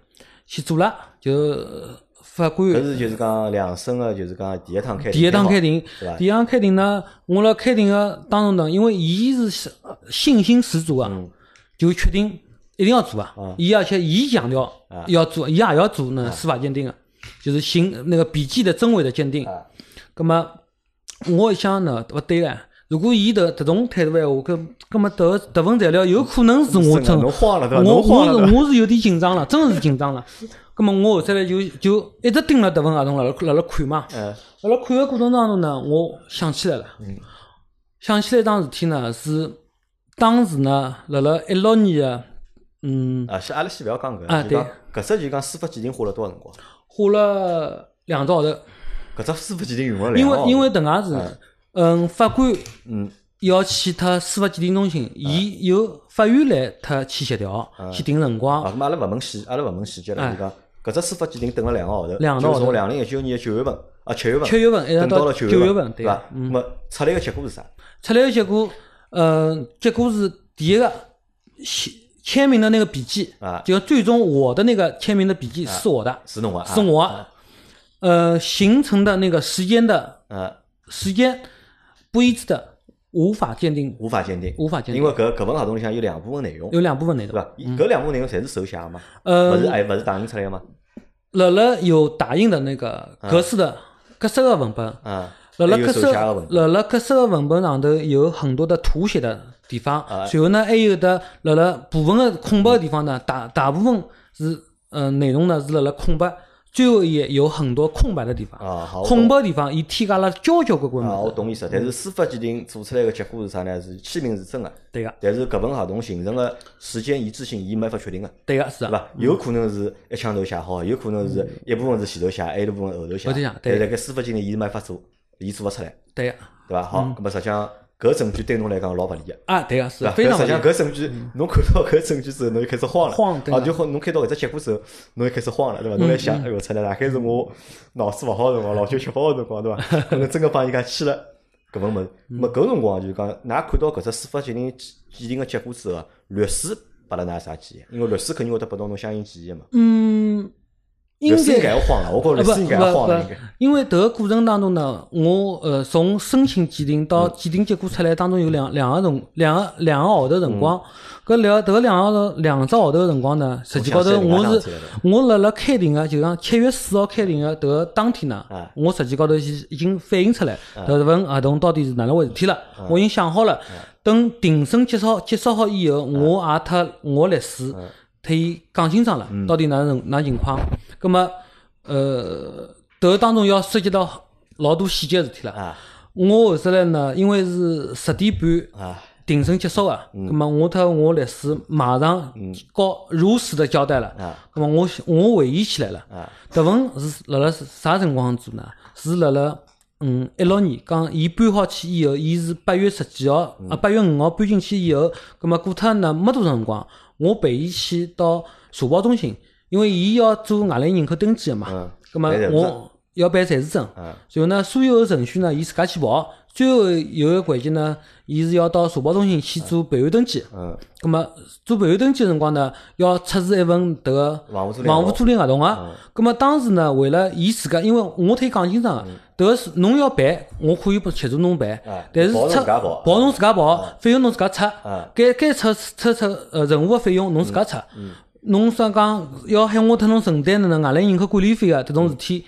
[SPEAKER 2] 去做了，就呃法
[SPEAKER 1] 搿
[SPEAKER 2] 官
[SPEAKER 1] 是就是讲两审个，就是讲第一趟开，
[SPEAKER 2] 第一趟开
[SPEAKER 1] 庭
[SPEAKER 2] 庭
[SPEAKER 1] 对伐，
[SPEAKER 2] 第一趟开庭呢，我辣开庭个当中呢，因为伊是信心十足啊
[SPEAKER 1] 嗯，
[SPEAKER 2] 就确定一定要做啊
[SPEAKER 1] 啊。
[SPEAKER 2] 伊而且伊强调
[SPEAKER 1] 啊
[SPEAKER 2] 要做，伊也要做那个司法鉴定啊，就是刑那个笔迹的真伪的鉴定
[SPEAKER 1] 啊。
[SPEAKER 2] 葛么我一想呢，勿对个。如果伊迭迭种态度闲话，搿搿么迭迭份材料有可能是我
[SPEAKER 1] 真的
[SPEAKER 2] 真
[SPEAKER 1] 侬慌了对伐？
[SPEAKER 2] 我
[SPEAKER 1] 侬
[SPEAKER 2] 我
[SPEAKER 1] 慌
[SPEAKER 2] 是
[SPEAKER 1] 了对伐？
[SPEAKER 2] 我是有点紧张了，真的是紧张了。 [LAUGHS] 葛么我后头来就就一直盯了迭份合同辣辣辣辣看嘛。
[SPEAKER 1] 嗯
[SPEAKER 2] 辣辣看个过程当中呢，我想起来了，想起来一桩事体呢，是当时呢，辣辣一六年个，嗯，
[SPEAKER 1] 啊，先阿拉先勿要讲搿
[SPEAKER 2] 啊
[SPEAKER 1] 个，就讲搿只就讲司法鉴定花了多少辰光？
[SPEAKER 2] 花了两个号头，
[SPEAKER 1] 搿只司法鉴定用了
[SPEAKER 2] 因
[SPEAKER 1] 两个号
[SPEAKER 2] 为
[SPEAKER 1] 头
[SPEAKER 2] 因为迭能介
[SPEAKER 1] 嗯
[SPEAKER 2] 是，嗯，法官
[SPEAKER 1] 嗯哎
[SPEAKER 2] 要去他司法鉴定中心，伊由法院来他去协调，去定辰光
[SPEAKER 1] 啊，，咁阿拉勿问细，阿拉勿问细节了，
[SPEAKER 2] 哎
[SPEAKER 1] 就讲搿只司法鉴定等了两个号头，
[SPEAKER 2] 两个号头
[SPEAKER 1] 就从两零一九年九月份啊七月份，
[SPEAKER 2] 七月份一直
[SPEAKER 1] 等
[SPEAKER 2] 到
[SPEAKER 1] 了
[SPEAKER 2] 九
[SPEAKER 1] 月
[SPEAKER 2] 月份，
[SPEAKER 1] 对
[SPEAKER 2] 对嗯
[SPEAKER 1] 伐
[SPEAKER 2] 个？，
[SPEAKER 1] 那么出来个结果是啥？
[SPEAKER 2] 出来个结果，呃，结果是第一个签签名的那个笔记
[SPEAKER 1] 啊
[SPEAKER 2] 就最终我的那个签名的笔记是我的，
[SPEAKER 1] 是侬啊？
[SPEAKER 2] 是我，呃，形成的那个时间的
[SPEAKER 1] 嗯，
[SPEAKER 2] 时间不一致的，无法鉴定，
[SPEAKER 1] 无法鉴定，
[SPEAKER 2] 无法鉴
[SPEAKER 1] 因
[SPEAKER 2] 定
[SPEAKER 1] 为，搿搿份合同里向有两部分内容，
[SPEAKER 2] 有两部分内
[SPEAKER 1] 对
[SPEAKER 2] 容。
[SPEAKER 1] 伐？搿两部分内容侪是手写个嘛，勿
[SPEAKER 2] 呃
[SPEAKER 1] 是，哎勿是打印出来个嘛？
[SPEAKER 2] 辣辣有打印的那个格式的格式个文本，
[SPEAKER 1] 啊，
[SPEAKER 2] 辣辣
[SPEAKER 1] 还有
[SPEAKER 2] 格
[SPEAKER 1] 手
[SPEAKER 2] 式
[SPEAKER 1] 写个文本
[SPEAKER 2] 辣辣格式个文本上头有很多的吐写的地方，
[SPEAKER 1] 啊
[SPEAKER 2] 随后呢还有的辣辣部分个空白个地方呢，大大部分是呃内容呢是辣辣空白，最后一页有很多空白的地方，
[SPEAKER 1] 啊，好，我
[SPEAKER 2] 空
[SPEAKER 1] 懂
[SPEAKER 2] 白的地方伊添加了交交关关
[SPEAKER 1] 啊，我
[SPEAKER 2] 物事，
[SPEAKER 1] 懂意思。但是司法鉴定做出来个结果是啥呢？是签名是真个，
[SPEAKER 2] 对个
[SPEAKER 1] 但是搿份合同形成个时间一致性，伊没法确定个，
[SPEAKER 2] 对个是啊
[SPEAKER 1] 对
[SPEAKER 2] 个
[SPEAKER 1] 伐？有可能是一枪头写好，有可能是一部分是前头写，还有一部分后头写
[SPEAKER 2] 后头写。对
[SPEAKER 1] 但是辣盖司法鉴定伊是没法做，伊做勿出来，
[SPEAKER 2] 对个
[SPEAKER 1] 对伐？好，搿么实际上搿证据对侬来讲老合理个。
[SPEAKER 2] 啊对个是
[SPEAKER 1] 对
[SPEAKER 2] 个
[SPEAKER 1] 吧？搿实
[SPEAKER 2] 非常
[SPEAKER 1] 际上
[SPEAKER 2] 勿
[SPEAKER 1] 搿证据，侬看到搿证据之后，侬就开始慌了，
[SPEAKER 2] 慌对
[SPEAKER 1] 啊，
[SPEAKER 2] 吧嗯
[SPEAKER 1] 就好，侬看到搿只结果之后，侬就开始慌了，对伐？侬来想，哎哟，出来大概是我脑子勿好的辰光，老酒吃饱的辰光，对
[SPEAKER 2] [LAUGHS]
[SPEAKER 1] 伐？可能真个帮人家签了搿份物事，
[SPEAKER 2] 嗯
[SPEAKER 1] 那么搿辰光就是讲，㑚看到搿只司法鉴定鉴定个结果之后，律师拨了㑚啥建议？因为律师肯定会得拨到侬相应建议嘛。
[SPEAKER 2] 嗯，
[SPEAKER 1] 律
[SPEAKER 2] 应
[SPEAKER 1] 师应该
[SPEAKER 2] 该。
[SPEAKER 1] 要慌了，我觉着律
[SPEAKER 2] 不
[SPEAKER 1] 师应该要
[SPEAKER 2] 不
[SPEAKER 1] 慌了，应
[SPEAKER 2] 不
[SPEAKER 1] 该，
[SPEAKER 2] 因为迭个过程当中呢，我呃从申请鉴定到
[SPEAKER 1] 嗯
[SPEAKER 2] 鉴定结果出来当中有两两个辰两个两个号头辰光，
[SPEAKER 1] 嗯
[SPEAKER 2] 搿两迭个两个两只号头辰光呢，实际高头
[SPEAKER 1] 想起来另
[SPEAKER 2] 我
[SPEAKER 1] 外一桩
[SPEAKER 2] 是
[SPEAKER 1] 事体了
[SPEAKER 2] 我辣辣开庭个，就讲七月四号开庭个迭个当天呢
[SPEAKER 1] 啊，
[SPEAKER 2] 我实际高头已经已经反映出来迭份合同到底是哪能回事体了，
[SPEAKER 1] 啊
[SPEAKER 2] 我已经想好了，等庭审结束结束好以后，我
[SPEAKER 1] 啊
[SPEAKER 2] 也脱我律师。特伊讲清爽了，
[SPEAKER 1] 嗯
[SPEAKER 2] 到底哪能哪情况？葛么，呃，迭当中要涉及到老多细节事体了。
[SPEAKER 1] 啊
[SPEAKER 2] 我后头来呢，因为是十点半
[SPEAKER 1] 啊
[SPEAKER 2] 庭审结束个，
[SPEAKER 1] 嗯
[SPEAKER 2] 葛么我特我律师马上告如实的交代了
[SPEAKER 1] 啊。
[SPEAKER 2] 葛么我我回忆起来了，
[SPEAKER 1] 啊
[SPEAKER 2] 迭份是辣辣啥辰光做呢？是辣辣嗯一六年，讲伊搬好去以后，伊是八月十几号
[SPEAKER 1] 嗯
[SPEAKER 2] 啊，八月五号搬进去以后，葛末过脱呢没多少辰光，我陪伊去到社保中心，因为伊要做外来人口登记个嘛，
[SPEAKER 1] 嗯，
[SPEAKER 2] 葛末
[SPEAKER 1] 办人证
[SPEAKER 2] 我要办财务证，
[SPEAKER 1] 嗯
[SPEAKER 2] 然后呢，所有个程序呢，伊自家去跑。最后有一个环节呢，伊是要到社保中心去做备案登记。
[SPEAKER 1] 嗯
[SPEAKER 2] 咁么做备案登记个辰光呢，要出示一份迭个
[SPEAKER 1] 房屋租赁合
[SPEAKER 2] 房
[SPEAKER 1] 同
[SPEAKER 2] 屋租赁合同
[SPEAKER 1] 嗯
[SPEAKER 2] 啊。咁么当时呢，为了伊自家，因为我特意讲清爽啊，迭个是侬要办，我可以不协助侬办
[SPEAKER 1] 嗯啊，
[SPEAKER 2] 但是
[SPEAKER 1] 保侬
[SPEAKER 2] 出
[SPEAKER 1] 自家嗯保
[SPEAKER 2] 保侬自家保，费用侬自家出
[SPEAKER 1] 啊，
[SPEAKER 2] 该该出出出呃任何个费用侬自家出。侬说讲要喊我替侬承担呢外来人口管理费个迭种事体。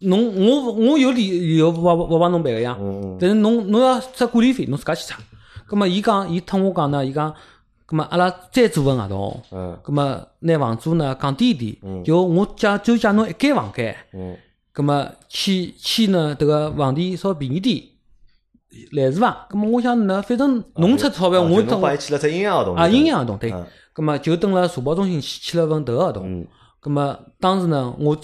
[SPEAKER 2] 侬我我有理由勿勿帮侬办个呀，
[SPEAKER 1] 哦嗯
[SPEAKER 2] 但是侬侬要出管理费，侬自家去出。葛么伊讲，伊听我讲呢，伊讲，葛么阿拉再做份合同，
[SPEAKER 1] 嗯
[SPEAKER 2] 葛么拿房租呢降低一点，就我借就借侬一间房间，
[SPEAKER 1] 嗯
[SPEAKER 2] 葛么签签呢迭个房钿稍微便宜点，来是伐？葛么我想呢，反正侬出钞票，
[SPEAKER 1] 啊就
[SPEAKER 2] 我
[SPEAKER 1] 侬
[SPEAKER 2] 挣
[SPEAKER 1] 帮伊签了只阴阳合同
[SPEAKER 2] 啊，
[SPEAKER 1] 对伐
[SPEAKER 2] 阴阳合同对
[SPEAKER 1] 嗯。
[SPEAKER 2] 葛么就登了社保中心去签了份迭个合同
[SPEAKER 1] 嗯。
[SPEAKER 2] 葛么当时呢，我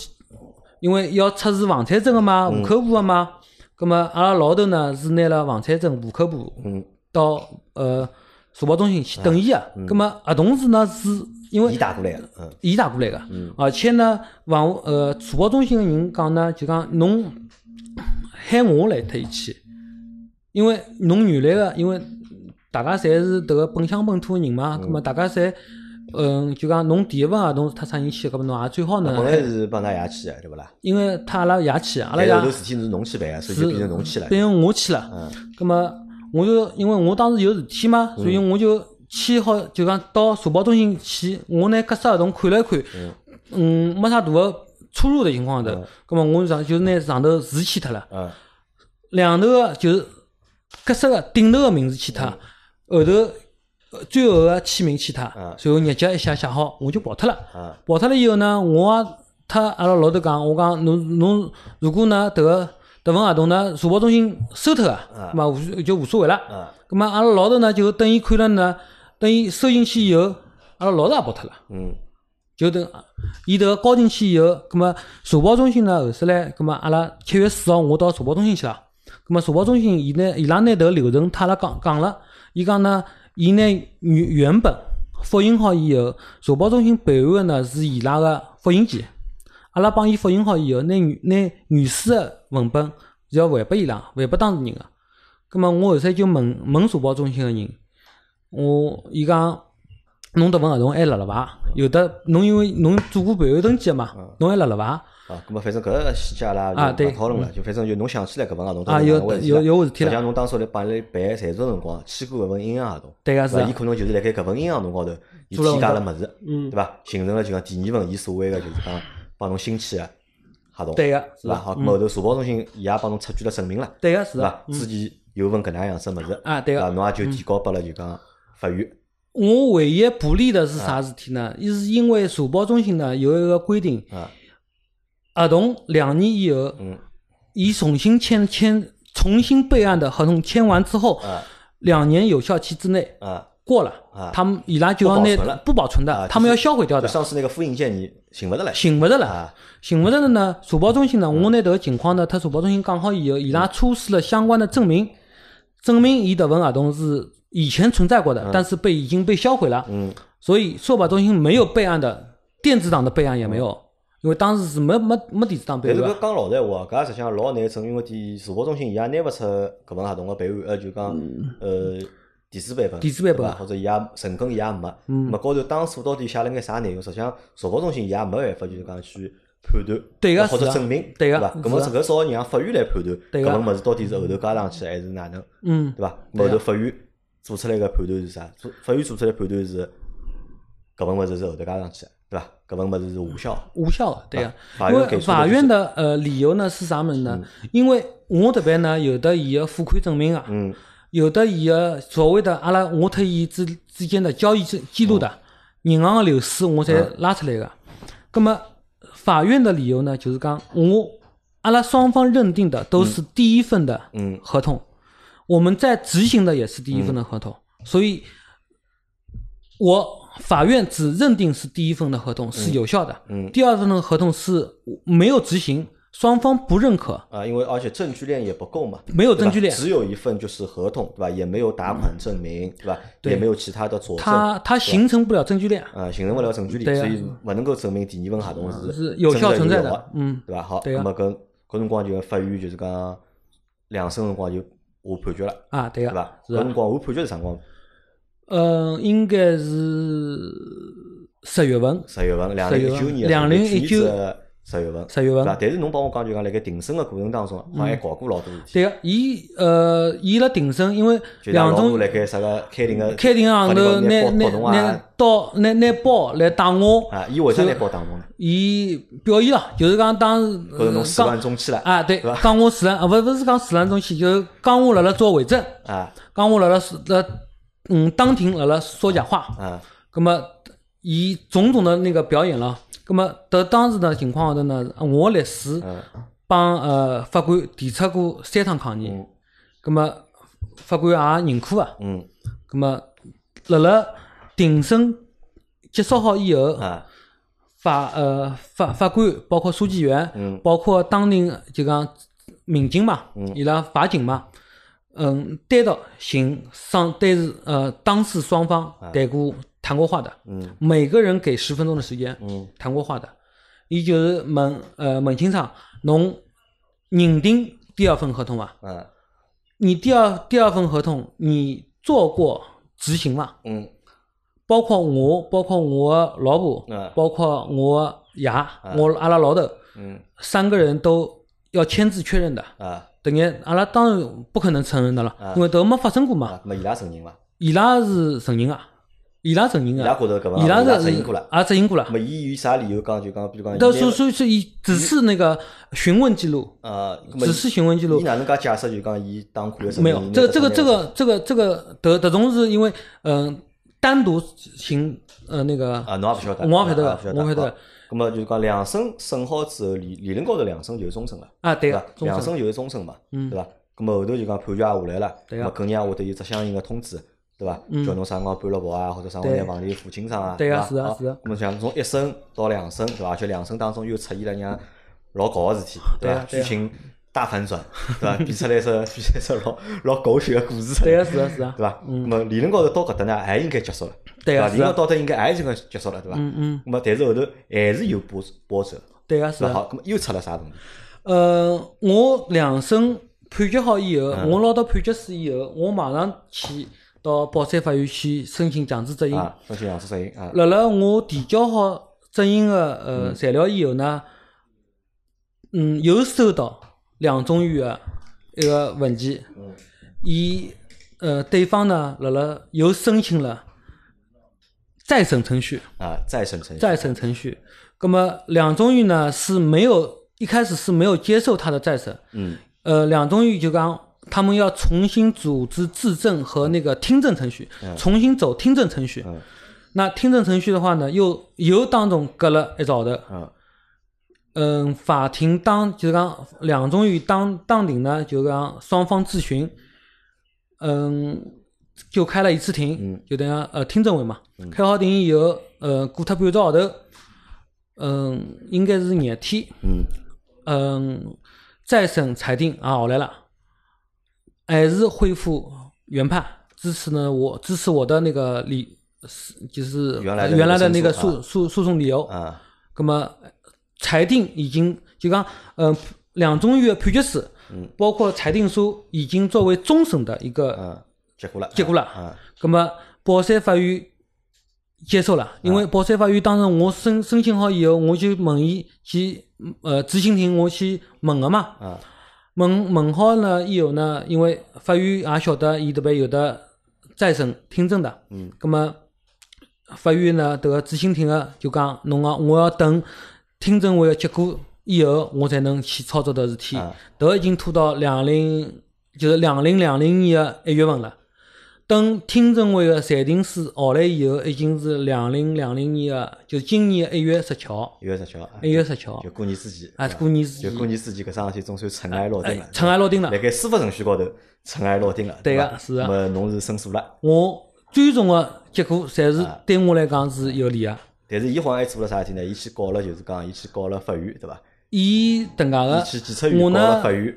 [SPEAKER 2] 因为要出示房产证个嘛，
[SPEAKER 1] 嗯
[SPEAKER 2] 户口簿个嘛，葛么阿拉老头呢是拿了房产证、户口簿
[SPEAKER 1] 嗯，哎
[SPEAKER 2] 到呃社保中心去等伊个。葛么合同是呢是因为
[SPEAKER 1] 伊带过来的，嗯
[SPEAKER 2] 伊带过来个，而且呢，房屋呃社保中心个人讲呢，就讲侬呃喊我来特伊去，因为侬原来个，因为大家侪是迭个本乡本土个人嘛，葛么大家侪。嗯，就讲侬第一份合同是他啥人签，搿么侬也最好呢
[SPEAKER 1] 啊本，来是帮㑚爷签的，啊对勿啦？
[SPEAKER 2] 因为他阿拉爷签，嗯阿拉
[SPEAKER 1] 但
[SPEAKER 2] 爷
[SPEAKER 1] 是后头事体是侬去办啊，所以就是变成侬去了。
[SPEAKER 2] 变成我去了。咁么我就因为我当时有事体嘛，所以我就签好，就讲到社保中心去，我拿格式合同看了一看，嗯，没啥大个出入的情况下头，咁么我上就拿上头字签脱了，
[SPEAKER 1] 嗯
[SPEAKER 2] 两头个就是格式个顶头个名字签脱，后头呃最后个签名签脱，
[SPEAKER 1] 嗯
[SPEAKER 2] 随后日节一写写好，我就跑脱了。
[SPEAKER 1] 嗯
[SPEAKER 2] 跑脱了以后呢，我也他阿拉老头讲，我讲侬侬如果呢迭个迭份合同呢，社保中心收脱啊，嘛无所就无所谓了。
[SPEAKER 1] 嗯
[SPEAKER 2] 咁么阿拉老头呢就等伊看了呢，等伊收进去以后，阿拉老头也跑脱了。
[SPEAKER 1] 嗯
[SPEAKER 2] 就等伊迭个交进去以后，葛末社保中心呢后首来，葛末阿拉七月四号我到社保中心去了。葛末社保中心伊呢伊拉拿迭个流程，他阿拉讲讲了，伊讲呢，伊拿原原本复印好以后，社保中心办案个呢是伊拉个复印件，阿拉帮伊复印好以后，拿原拿原始个文本是要还拨伊拉，还拨当事人个。葛末我后首就问问社保中心个人，我伊讲。侬迭份合同还辣辣伐？有的，侬因为侬做过备案登记个
[SPEAKER 1] 嗯
[SPEAKER 2] 嘛，侬还辣辣伐？
[SPEAKER 1] 啊，咁么反正搿个细节阿
[SPEAKER 2] 啊
[SPEAKER 1] 拉就
[SPEAKER 2] 对
[SPEAKER 1] 勿讨论了，就反正就侬想起来搿份合同，
[SPEAKER 2] 啊有有有
[SPEAKER 1] 事
[SPEAKER 2] 事体了
[SPEAKER 1] 像侬当初来帮伊拉办财产辰光，签过搿份阴阳合同，
[SPEAKER 2] 对个是
[SPEAKER 1] 伐？伊
[SPEAKER 2] 啊，
[SPEAKER 1] 可能就是辣盖搿份阴阳合同高头，伊
[SPEAKER 2] 做了嗯
[SPEAKER 1] 添加了
[SPEAKER 2] 文
[SPEAKER 1] 物事，对伐？形成了就讲第二份伊所谓个就是讲帮侬新签个合同，
[SPEAKER 2] 对啊个
[SPEAKER 1] 是伐？好，咁后头社保中心伊也帮侬出具了证明了，
[SPEAKER 2] 对个嗯是
[SPEAKER 1] 是伐
[SPEAKER 2] 个？，
[SPEAKER 1] 之前有份搿能样子个物事，
[SPEAKER 2] 啊对
[SPEAKER 1] 伐？
[SPEAKER 2] 个。
[SPEAKER 1] 侬也就提交拨了就讲法院，
[SPEAKER 2] 我唯一不利的是啥事体呢？伊是因为社保中心呢有一个规定，
[SPEAKER 1] 啊，
[SPEAKER 2] 合同两年以后，
[SPEAKER 1] 嗯，
[SPEAKER 2] 伊重新签签重新备案的合同签完之后，
[SPEAKER 1] 啊
[SPEAKER 2] 两年有效期之内
[SPEAKER 1] 啊，
[SPEAKER 2] 过了，
[SPEAKER 1] 啊
[SPEAKER 2] 他们伊拉就
[SPEAKER 1] 不
[SPEAKER 2] 要
[SPEAKER 1] 保存
[SPEAKER 2] 拿
[SPEAKER 1] 了
[SPEAKER 2] 不保存的，
[SPEAKER 1] 啊
[SPEAKER 2] 他们要销毁掉
[SPEAKER 1] 就
[SPEAKER 2] 的，
[SPEAKER 1] 上次那个复印件你寻勿着了，
[SPEAKER 2] 寻勿着了。
[SPEAKER 1] 啊，
[SPEAKER 2] 寻勿着了呢，社保中心
[SPEAKER 1] 嗯
[SPEAKER 2] 呢，我拿迭个情况呢，特社保中心讲好以后，伊拉出示了相关的证明，证明伊迭份合同是以前存在过的，但是被已经被销毁了。
[SPEAKER 1] 嗯，
[SPEAKER 2] 所以社保中心没有备案的，电子档的备案也没有，因为当时是没没没电子档
[SPEAKER 1] 嗯
[SPEAKER 2] 备
[SPEAKER 1] 但
[SPEAKER 2] 案
[SPEAKER 1] 是
[SPEAKER 2] 的
[SPEAKER 1] 搿。讲老实闲话，搿也实际上老难证，因为第社保中心伊也拿勿出搿份合同个备案，呃，就讲呃电子版本，
[SPEAKER 2] 嗯电子版本嗯
[SPEAKER 1] 对伐或者伊也存根伊也没，咹高头当初到底写了眼啥内容，实际上社保中心伊也没办法就是讲去判断，
[SPEAKER 2] 对个
[SPEAKER 1] 或
[SPEAKER 2] 是
[SPEAKER 1] 者
[SPEAKER 2] 啊
[SPEAKER 1] 证明，
[SPEAKER 2] 对个
[SPEAKER 1] 伐？
[SPEAKER 2] 是
[SPEAKER 1] 搿么
[SPEAKER 2] 啊
[SPEAKER 1] 这个少让法院来判断，
[SPEAKER 2] 对
[SPEAKER 1] 搿
[SPEAKER 2] 个
[SPEAKER 1] 份物事到底是后头加上去还是哪能，
[SPEAKER 2] 嗯，
[SPEAKER 1] 对伐？
[SPEAKER 2] 对
[SPEAKER 1] 后
[SPEAKER 2] 啊
[SPEAKER 1] 头法院做出来个判断是啥？做法院做出来判断是搿份物事是后头加上去的，对伐？搿份物事是无效的，
[SPEAKER 2] 无效的，对呀、
[SPEAKER 1] 啊法
[SPEAKER 2] 因
[SPEAKER 1] 院给
[SPEAKER 2] 为
[SPEAKER 1] 出的
[SPEAKER 2] 法
[SPEAKER 1] 就是
[SPEAKER 2] 院的呃理由呢是啥么子呢？因为我迭边呢有的伊个付款证明啊，
[SPEAKER 1] 嗯
[SPEAKER 2] 有的伊个所谓的阿拉我特伊之之间的交易记记录的
[SPEAKER 1] 嗯
[SPEAKER 2] 银行的流水，我侪拉出来个。葛么法院的理由呢，就是讲我阿拉双方认定的都是第一份的
[SPEAKER 1] 嗯
[SPEAKER 2] 合同，我们在执行的也是第一份的合同，所以我法院只认定是第一份的合同是有效的，
[SPEAKER 1] 嗯
[SPEAKER 2] 第二份的合同是没有执行，双方不认可，
[SPEAKER 1] 啊，因为而且证据链也不够嘛，
[SPEAKER 2] 没有
[SPEAKER 1] 对吧
[SPEAKER 2] 证据链。
[SPEAKER 1] 只有一份就是合同，对吧？也没有打款证明，对吧？
[SPEAKER 2] 对
[SPEAKER 1] 也没有其他的佐证，
[SPEAKER 2] 它它形成不了证据链，
[SPEAKER 1] 啊，形成不了证据力，
[SPEAKER 2] 对啊啊
[SPEAKER 1] 所以不能够证明第二份合同是
[SPEAKER 2] 是有效
[SPEAKER 1] 真
[SPEAKER 2] 存在
[SPEAKER 1] 正有
[SPEAKER 2] 的
[SPEAKER 1] 的，，
[SPEAKER 2] 嗯，
[SPEAKER 1] 对吧？好，
[SPEAKER 2] 对啊
[SPEAKER 1] 那么跟搿辰光就法院就是讲两审辰光就下判决了，
[SPEAKER 2] 啊，对
[SPEAKER 1] 对
[SPEAKER 2] 个
[SPEAKER 1] 吧？，
[SPEAKER 2] 是
[SPEAKER 1] 搿辰
[SPEAKER 2] 个，
[SPEAKER 1] 光下判决是啥辰光？
[SPEAKER 2] 嗯，应该是十月份，
[SPEAKER 1] 十月份，两零一九年，
[SPEAKER 2] 2019
[SPEAKER 1] 零一九十月份，
[SPEAKER 2] 十月
[SPEAKER 1] 对吧
[SPEAKER 2] 份？，嗯
[SPEAKER 1] 但是侬帮我讲就讲辣盖庭审个过程当中，啊好像还搞过老多事体，
[SPEAKER 2] 对个，伊呃，伊辣庭审，因为
[SPEAKER 1] 就像
[SPEAKER 2] 两
[SPEAKER 1] 老
[SPEAKER 2] 种嗯
[SPEAKER 1] 婆辣盖啥个开庭个
[SPEAKER 2] 开庭行头
[SPEAKER 1] 法庭
[SPEAKER 2] 拿
[SPEAKER 1] 帮侬拿包包侬
[SPEAKER 2] 拿拿
[SPEAKER 1] 啊
[SPEAKER 2] 刀拿拿包来打我，
[SPEAKER 1] 啊，伊为啥拿
[SPEAKER 2] 就
[SPEAKER 1] 包打侬呢？
[SPEAKER 2] 伊表演了，就是讲当时
[SPEAKER 1] 觉着
[SPEAKER 2] 呃
[SPEAKER 1] 侬始
[SPEAKER 2] 讲
[SPEAKER 1] 乱终弃了
[SPEAKER 2] 啊，对
[SPEAKER 1] 是吧，
[SPEAKER 2] 讲我自然啊，勿勿是讲自然中心，就是讲我辣辣做伪证，
[SPEAKER 1] 啊
[SPEAKER 2] 讲我辣辣是辣嗯当庭辣辣说假话，
[SPEAKER 1] 啊
[SPEAKER 2] 那么以种种的那个表演了，那么在当时的情况下头呢，我律师
[SPEAKER 1] 嗯
[SPEAKER 2] 帮呃法官提出过三趟抗议，那么法官也认可啊，
[SPEAKER 1] 嗯
[SPEAKER 2] 那么辣辣庭审结束好以后，
[SPEAKER 1] 啊
[SPEAKER 2] 法呃法法官包括书记员，
[SPEAKER 1] 嗯
[SPEAKER 2] 包括当庭就讲民警嘛，伊拉法警嘛，嗯，单独寻上对是呃当事双方谈过谈过话的，
[SPEAKER 1] 啊嗯
[SPEAKER 2] 每个人给十分钟的时间
[SPEAKER 1] 嗯
[SPEAKER 2] 谈过话的，伊就是问呃问清爽，侬认定第二份合同伐？
[SPEAKER 1] 嗯
[SPEAKER 2] 你第二第二份合同你做过执行伐？
[SPEAKER 1] 嗯
[SPEAKER 2] 包括我，包括我老婆，
[SPEAKER 1] 嗯
[SPEAKER 2] 包括我爷，
[SPEAKER 1] 啊
[SPEAKER 2] 我阿拉老头，
[SPEAKER 1] 嗯
[SPEAKER 2] 三个人都要签字确认的。
[SPEAKER 1] 啊
[SPEAKER 2] 等于阿拉当然不可能承认的了，因为都没发生过嘛。
[SPEAKER 1] 啊，那么伊拉承认伐？
[SPEAKER 2] 伊拉是承认啊，伊拉承认
[SPEAKER 1] 伊拉
[SPEAKER 2] 啊，
[SPEAKER 1] 觉着搿
[SPEAKER 2] 伊
[SPEAKER 1] 伊
[SPEAKER 2] 拉
[SPEAKER 1] 拉
[SPEAKER 2] 是
[SPEAKER 1] 承认过了。
[SPEAKER 2] 也执行过了
[SPEAKER 1] 那。么伊以啥理由讲就讲，比如讲，
[SPEAKER 2] 但
[SPEAKER 1] 伊
[SPEAKER 2] 所以所以所以只是那个询问记录，
[SPEAKER 1] 呃，那么
[SPEAKER 2] 只是询问记录
[SPEAKER 1] 伊，哪能介解释就讲伊当苦的
[SPEAKER 2] 没有这个这个这个这个这个得得种是因为嗯、呃单独行呃那个
[SPEAKER 1] 啊，侬也勿晓得，
[SPEAKER 2] 我也不晓得
[SPEAKER 1] 啊
[SPEAKER 2] 我不晓得。
[SPEAKER 1] 啊那么就讲两审审好之后，理理论高头两审就是终审了，
[SPEAKER 2] 啊对
[SPEAKER 1] 对
[SPEAKER 2] 个
[SPEAKER 1] 伐？
[SPEAKER 2] 终
[SPEAKER 1] 两
[SPEAKER 2] 审
[SPEAKER 1] 审就是终审嘛，对伐？那么后头就讲判决也下来了，
[SPEAKER 2] 对
[SPEAKER 1] 那
[SPEAKER 2] 啊嗯
[SPEAKER 1] 么肯定也会得有只相应的通知，对伐？叫侬啥辰光搬落跑啊，或者啥辰光拿房钿付清爽啊，
[SPEAKER 2] 对啊
[SPEAKER 1] 伐？
[SPEAKER 2] 是啊
[SPEAKER 1] 好
[SPEAKER 2] 是啊
[SPEAKER 1] 那么像从一审到两审，对伐？而且两审当中又出现了让老搞个事体，
[SPEAKER 2] 对
[SPEAKER 1] 伐
[SPEAKER 2] 啊？对
[SPEAKER 1] 剧
[SPEAKER 2] 啊
[SPEAKER 1] 情大反转，对伐？编出 [LAUGHS] 来一首编出来一首老老狗血个故事出来
[SPEAKER 2] 对个是啊是啊，
[SPEAKER 1] 对伐？那么理论高头到搿搭呢，还应该结束了，
[SPEAKER 2] 对
[SPEAKER 1] 伐？
[SPEAKER 2] 啊
[SPEAKER 1] 理
[SPEAKER 2] 是啊
[SPEAKER 1] 论到搿搭应该还应该结束了，对伐？
[SPEAKER 2] 嗯嗯
[SPEAKER 1] 那么但是后头还是有波波折，
[SPEAKER 2] 对个是
[SPEAKER 1] 是吧？
[SPEAKER 2] 啊。
[SPEAKER 1] 好，那么又出了啥问题？
[SPEAKER 2] 呃，我两审判决好以后，
[SPEAKER 1] 嗯
[SPEAKER 2] 我拿到判决书以后，我马上去到宝山法院去申请强制执行。
[SPEAKER 1] 啊，申请两次声音啊，
[SPEAKER 2] 辣辣我提交好执行的呃材料以后呢，嗯，又收到两中院的一个文件，
[SPEAKER 1] 嗯
[SPEAKER 2] 伊呃对方呢辣辣又申请了再审程序。
[SPEAKER 1] 啊，再审程序
[SPEAKER 2] 再审程序。那么两中院呢是没有一开始是没有接受他的再审，
[SPEAKER 1] 嗯，
[SPEAKER 2] 呃，两中狱就刚他们要重新组织质证和那个听证程序，重新走听证程序。
[SPEAKER 1] 嗯
[SPEAKER 2] 那听证程序的话呢，又又当中隔了一朝头，
[SPEAKER 1] 嗯
[SPEAKER 2] 嗯，法庭当就是讲两中于当当庭呢，就是讲双方质询，嗯，就开了一次庭，
[SPEAKER 1] 嗯
[SPEAKER 2] 就等于呃听证会嘛。开好庭以后，呃，过脱半个号头，嗯，应该是廿天，
[SPEAKER 1] 嗯
[SPEAKER 2] 嗯，再审裁定啊，下来了，还是恢复原判，支持呢我支持我的那个理，是就是
[SPEAKER 1] 原来的那个
[SPEAKER 2] 原来的那个
[SPEAKER 1] 申诉
[SPEAKER 2] 诉诉诉讼理由
[SPEAKER 1] 啊
[SPEAKER 2] 那么裁定已经就讲，嗯、两中院判决书，包括裁定书已经作为终审的一个
[SPEAKER 1] 嗯，结果了，
[SPEAKER 2] 结果了。
[SPEAKER 1] 啊，
[SPEAKER 2] 那么宝山法院接受
[SPEAKER 1] 啊
[SPEAKER 2] 了，因为宝山法院当时我申申请好以后，我就问伊去呃执行庭我去问个嘛，
[SPEAKER 1] 啊
[SPEAKER 2] 问问好了以后呢，因为法院也晓得伊这边有的再审听证的，
[SPEAKER 1] 嗯，
[SPEAKER 2] 那么法院呢迭个执行庭的就讲侬啊，我要等听证会的结果以后，我才能去操作的事体
[SPEAKER 1] 啊，
[SPEAKER 2] 迭个已经拖到两零就是两零两零年的一月份了。等听证会的裁定书下来以后，已经是两零两零年的，就今年的一月十七号，
[SPEAKER 1] 一月十七号，啊
[SPEAKER 2] 一月十七号
[SPEAKER 1] 就过年之前
[SPEAKER 2] 啊，
[SPEAKER 1] 对吧
[SPEAKER 2] 过年之
[SPEAKER 1] 就过
[SPEAKER 2] 前，
[SPEAKER 1] 年之前搿桩事体总算尘埃落定了
[SPEAKER 2] 哎，，尘埃落定了
[SPEAKER 1] 辣。盖司法程序高头尘埃落定了，
[SPEAKER 2] 对
[SPEAKER 1] 对
[SPEAKER 2] 个
[SPEAKER 1] 伐
[SPEAKER 2] 是啊
[SPEAKER 1] 那么侬是申诉了，
[SPEAKER 2] 我最终的结
[SPEAKER 1] 啊
[SPEAKER 2] 果，侪是对我来讲是有利的。
[SPEAKER 1] 但是伊好像还做了啥事体呢？伊去告了，就是讲伊去告了法院，对伐？
[SPEAKER 2] 伊迭能
[SPEAKER 1] 伊去
[SPEAKER 2] 介个，
[SPEAKER 1] 检察院
[SPEAKER 2] 啊
[SPEAKER 1] 告
[SPEAKER 2] 我呢
[SPEAKER 1] 了法院，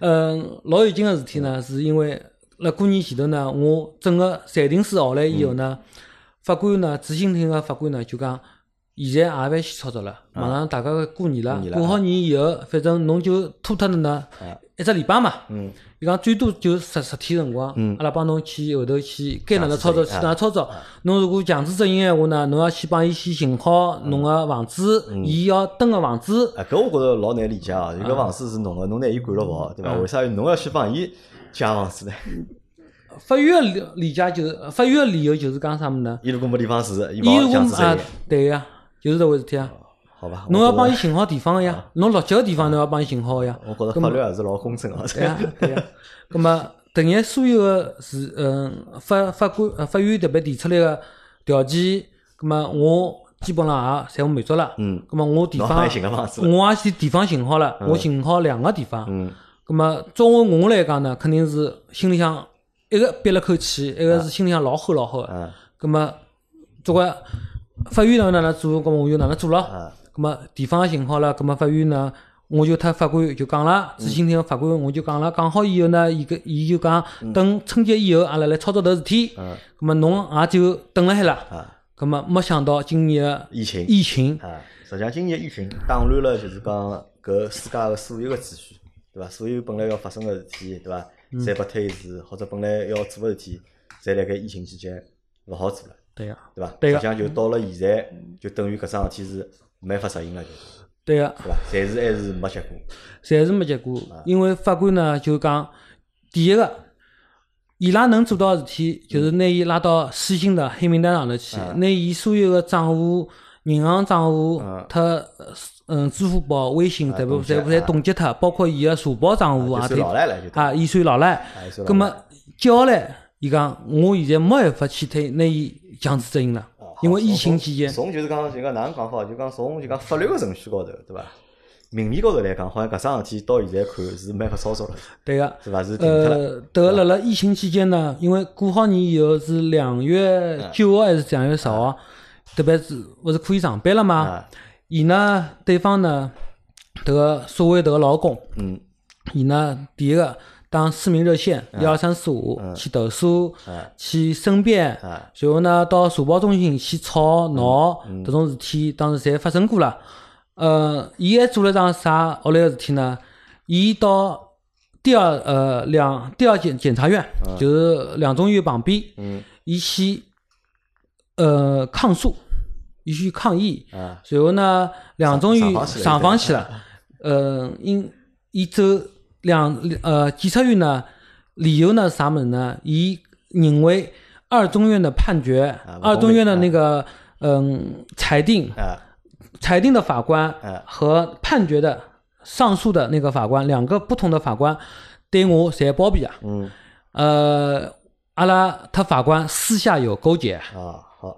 [SPEAKER 2] 嗯，老有劲个事体呢，是因为辣过年前头呢，我整个裁定书下
[SPEAKER 1] 嗯
[SPEAKER 2] 来以后呢，法官呢，执行庭个法官呢就讲，现在也勿先操作了，马上大家过年了
[SPEAKER 1] 啊过年，了
[SPEAKER 2] 过好年以后，反正侬就拖脱了呢
[SPEAKER 1] 啊，
[SPEAKER 2] 一只礼拜嘛，
[SPEAKER 1] 嗯
[SPEAKER 2] 伊讲最多就十十天辰光，阿拉帮侬去后头去该哪能操作去
[SPEAKER 1] 强制执行
[SPEAKER 2] 哪能操
[SPEAKER 1] 啊
[SPEAKER 2] 作。侬如果强制执行闲话呢，侬要先帮伊先寻好侬个房子，伊要登个房子，
[SPEAKER 1] 嗯啊，搿我觉着老难理解
[SPEAKER 2] [LAUGHS]
[SPEAKER 1] 啊！有个房子是侬个，侬拿伊管了勿好，对伐？
[SPEAKER 2] 嗯
[SPEAKER 1] 为啥侬要去帮伊借房子呢？
[SPEAKER 2] 法院的理理解就是法院的理由就是讲啥物事呢？
[SPEAKER 1] 伊如果没地方住，伊
[SPEAKER 2] 伊
[SPEAKER 1] 帮
[SPEAKER 2] 如果
[SPEAKER 1] 强制执
[SPEAKER 2] 啊
[SPEAKER 1] 行，，
[SPEAKER 2] 对个呀，就是这回事体啊。
[SPEAKER 1] 好吧？
[SPEAKER 2] 侬要帮
[SPEAKER 1] 伊，
[SPEAKER 2] 伊寻好地方个呀，侬落脚个地方侬要帮伊寻好个呀。
[SPEAKER 1] 我觉着法律还是老公正啊。 [LAUGHS]
[SPEAKER 2] 对呀，对呀。咁么，等于所有个是嗯法法官呃法院特别提出来个条件，咁么我基本上也侪满足了。
[SPEAKER 1] 嗯。
[SPEAKER 2] 咁么我地
[SPEAKER 1] 侬
[SPEAKER 2] 方嗯
[SPEAKER 1] 帮伊寻个房子了，
[SPEAKER 2] 我也是地方寻好了，我寻好两个地方。
[SPEAKER 1] 嗯。
[SPEAKER 2] 咁么，作为我来讲呢，肯定是心里向一个憋了口气，一
[SPEAKER 1] 嗯
[SPEAKER 2] 个是心里向老厚老厚个。
[SPEAKER 1] 啊
[SPEAKER 2] 咁么，作为法院哪能哪能做，咁我就哪能做了。
[SPEAKER 1] 啊
[SPEAKER 2] 咁么地方寻好了，咁么法院呢，我就他法官就讲了，
[SPEAKER 1] 嗯
[SPEAKER 2] 执行庭法官我就讲了，讲好以后呢，伊个伊就讲等春节以后，阿拉来操作迭事体。咁
[SPEAKER 1] 嗯
[SPEAKER 2] 么侬也就等辣海了。
[SPEAKER 1] 啊！
[SPEAKER 2] 咁么没想到今年个
[SPEAKER 1] 疫情
[SPEAKER 2] 疫情，
[SPEAKER 1] 啊，实际上今年疫情打乱了，就是讲搿世界个所有个秩序，对伐？所有本来要发生个事体，对伐？
[SPEAKER 2] 嗯
[SPEAKER 1] 侪被推迟，或者本来要做个事体，侪辣盖疫情期间勿好做了，
[SPEAKER 2] 对个，
[SPEAKER 1] 对伐？
[SPEAKER 2] 对
[SPEAKER 1] 实
[SPEAKER 2] 个
[SPEAKER 1] 际上就到了现在，就等于搿桩事体是没法实行了，就是
[SPEAKER 2] 对个，
[SPEAKER 1] 对伐？暂时还是没结果。
[SPEAKER 2] 侪是没结果。
[SPEAKER 1] 啊
[SPEAKER 2] 因为法官呢就讲，第一个，伊拉能做到个事体，就是拿伊拉到死心的黑名单上头去，
[SPEAKER 1] 啊
[SPEAKER 2] 拿伊所有个账户、银行账户
[SPEAKER 1] 嗯、
[SPEAKER 2] 他嗯支付宝、微信，全部
[SPEAKER 1] 冻结
[SPEAKER 2] 全部侪
[SPEAKER 1] 啊
[SPEAKER 2] 冻结脱，包括伊个社保账户
[SPEAKER 1] 就
[SPEAKER 2] 啊，
[SPEAKER 1] 算
[SPEAKER 2] 对
[SPEAKER 1] 老赖了，就
[SPEAKER 2] 啊，伊算老赖。
[SPEAKER 1] 哎算老
[SPEAKER 2] 葛么接下来，伊讲我现在没办法去推拿伊强制执行了
[SPEAKER 1] 啊好，
[SPEAKER 2] 因为疫
[SPEAKER 1] 从
[SPEAKER 2] 情期间，
[SPEAKER 1] 从就是讲就讲哪能讲法，就讲从就讲法律个程序高头，对伐？明面高头来讲，好像搿桩事体到现在看是没法操作了，
[SPEAKER 2] 对个、
[SPEAKER 1] 是伐？是停脱了。
[SPEAKER 2] 呃，得辣辣疫情期间呢，因为过好年以后是两月九号还是两月十号，啊特别是勿是可以上班了嘛？
[SPEAKER 1] 啊，
[SPEAKER 2] 伊呢，对方呢，迭个所谓迭个劳工，
[SPEAKER 1] 嗯，
[SPEAKER 2] 伊呢，第一个打市民热线幺二三四五去投诉
[SPEAKER 1] 啊，
[SPEAKER 2] 去申辩，
[SPEAKER 1] 啊
[SPEAKER 2] 随后呢到社保中心去
[SPEAKER 1] 嗯
[SPEAKER 2] 吵闹，迭种事体当时侪发生过了。呃，伊还做了桩啥恶劣个事体呢？伊到第二呃两第二检检察院，就是两中院旁边，
[SPEAKER 1] 嗯，
[SPEAKER 2] 伊去呃抗诉，伊去抗议，
[SPEAKER 1] 啊，
[SPEAKER 2] 随后呢，两中
[SPEAKER 1] 上
[SPEAKER 2] 院
[SPEAKER 1] 访起来
[SPEAKER 2] 上访去了，呃，因伊走两呃检察院呢，理由呢是啥么子呢？伊认为二中院的判决
[SPEAKER 1] 啊，
[SPEAKER 2] 二中院的那个嗯裁定
[SPEAKER 1] 啊，
[SPEAKER 2] 裁定的法官
[SPEAKER 1] 哎
[SPEAKER 2] 和判决
[SPEAKER 1] 啊
[SPEAKER 2] 的上诉的那个法官，两个不同的法官对我侪包庇啊。
[SPEAKER 1] 嗯
[SPEAKER 2] 呃，阿拉特法官私下有勾结，
[SPEAKER 1] 啊好，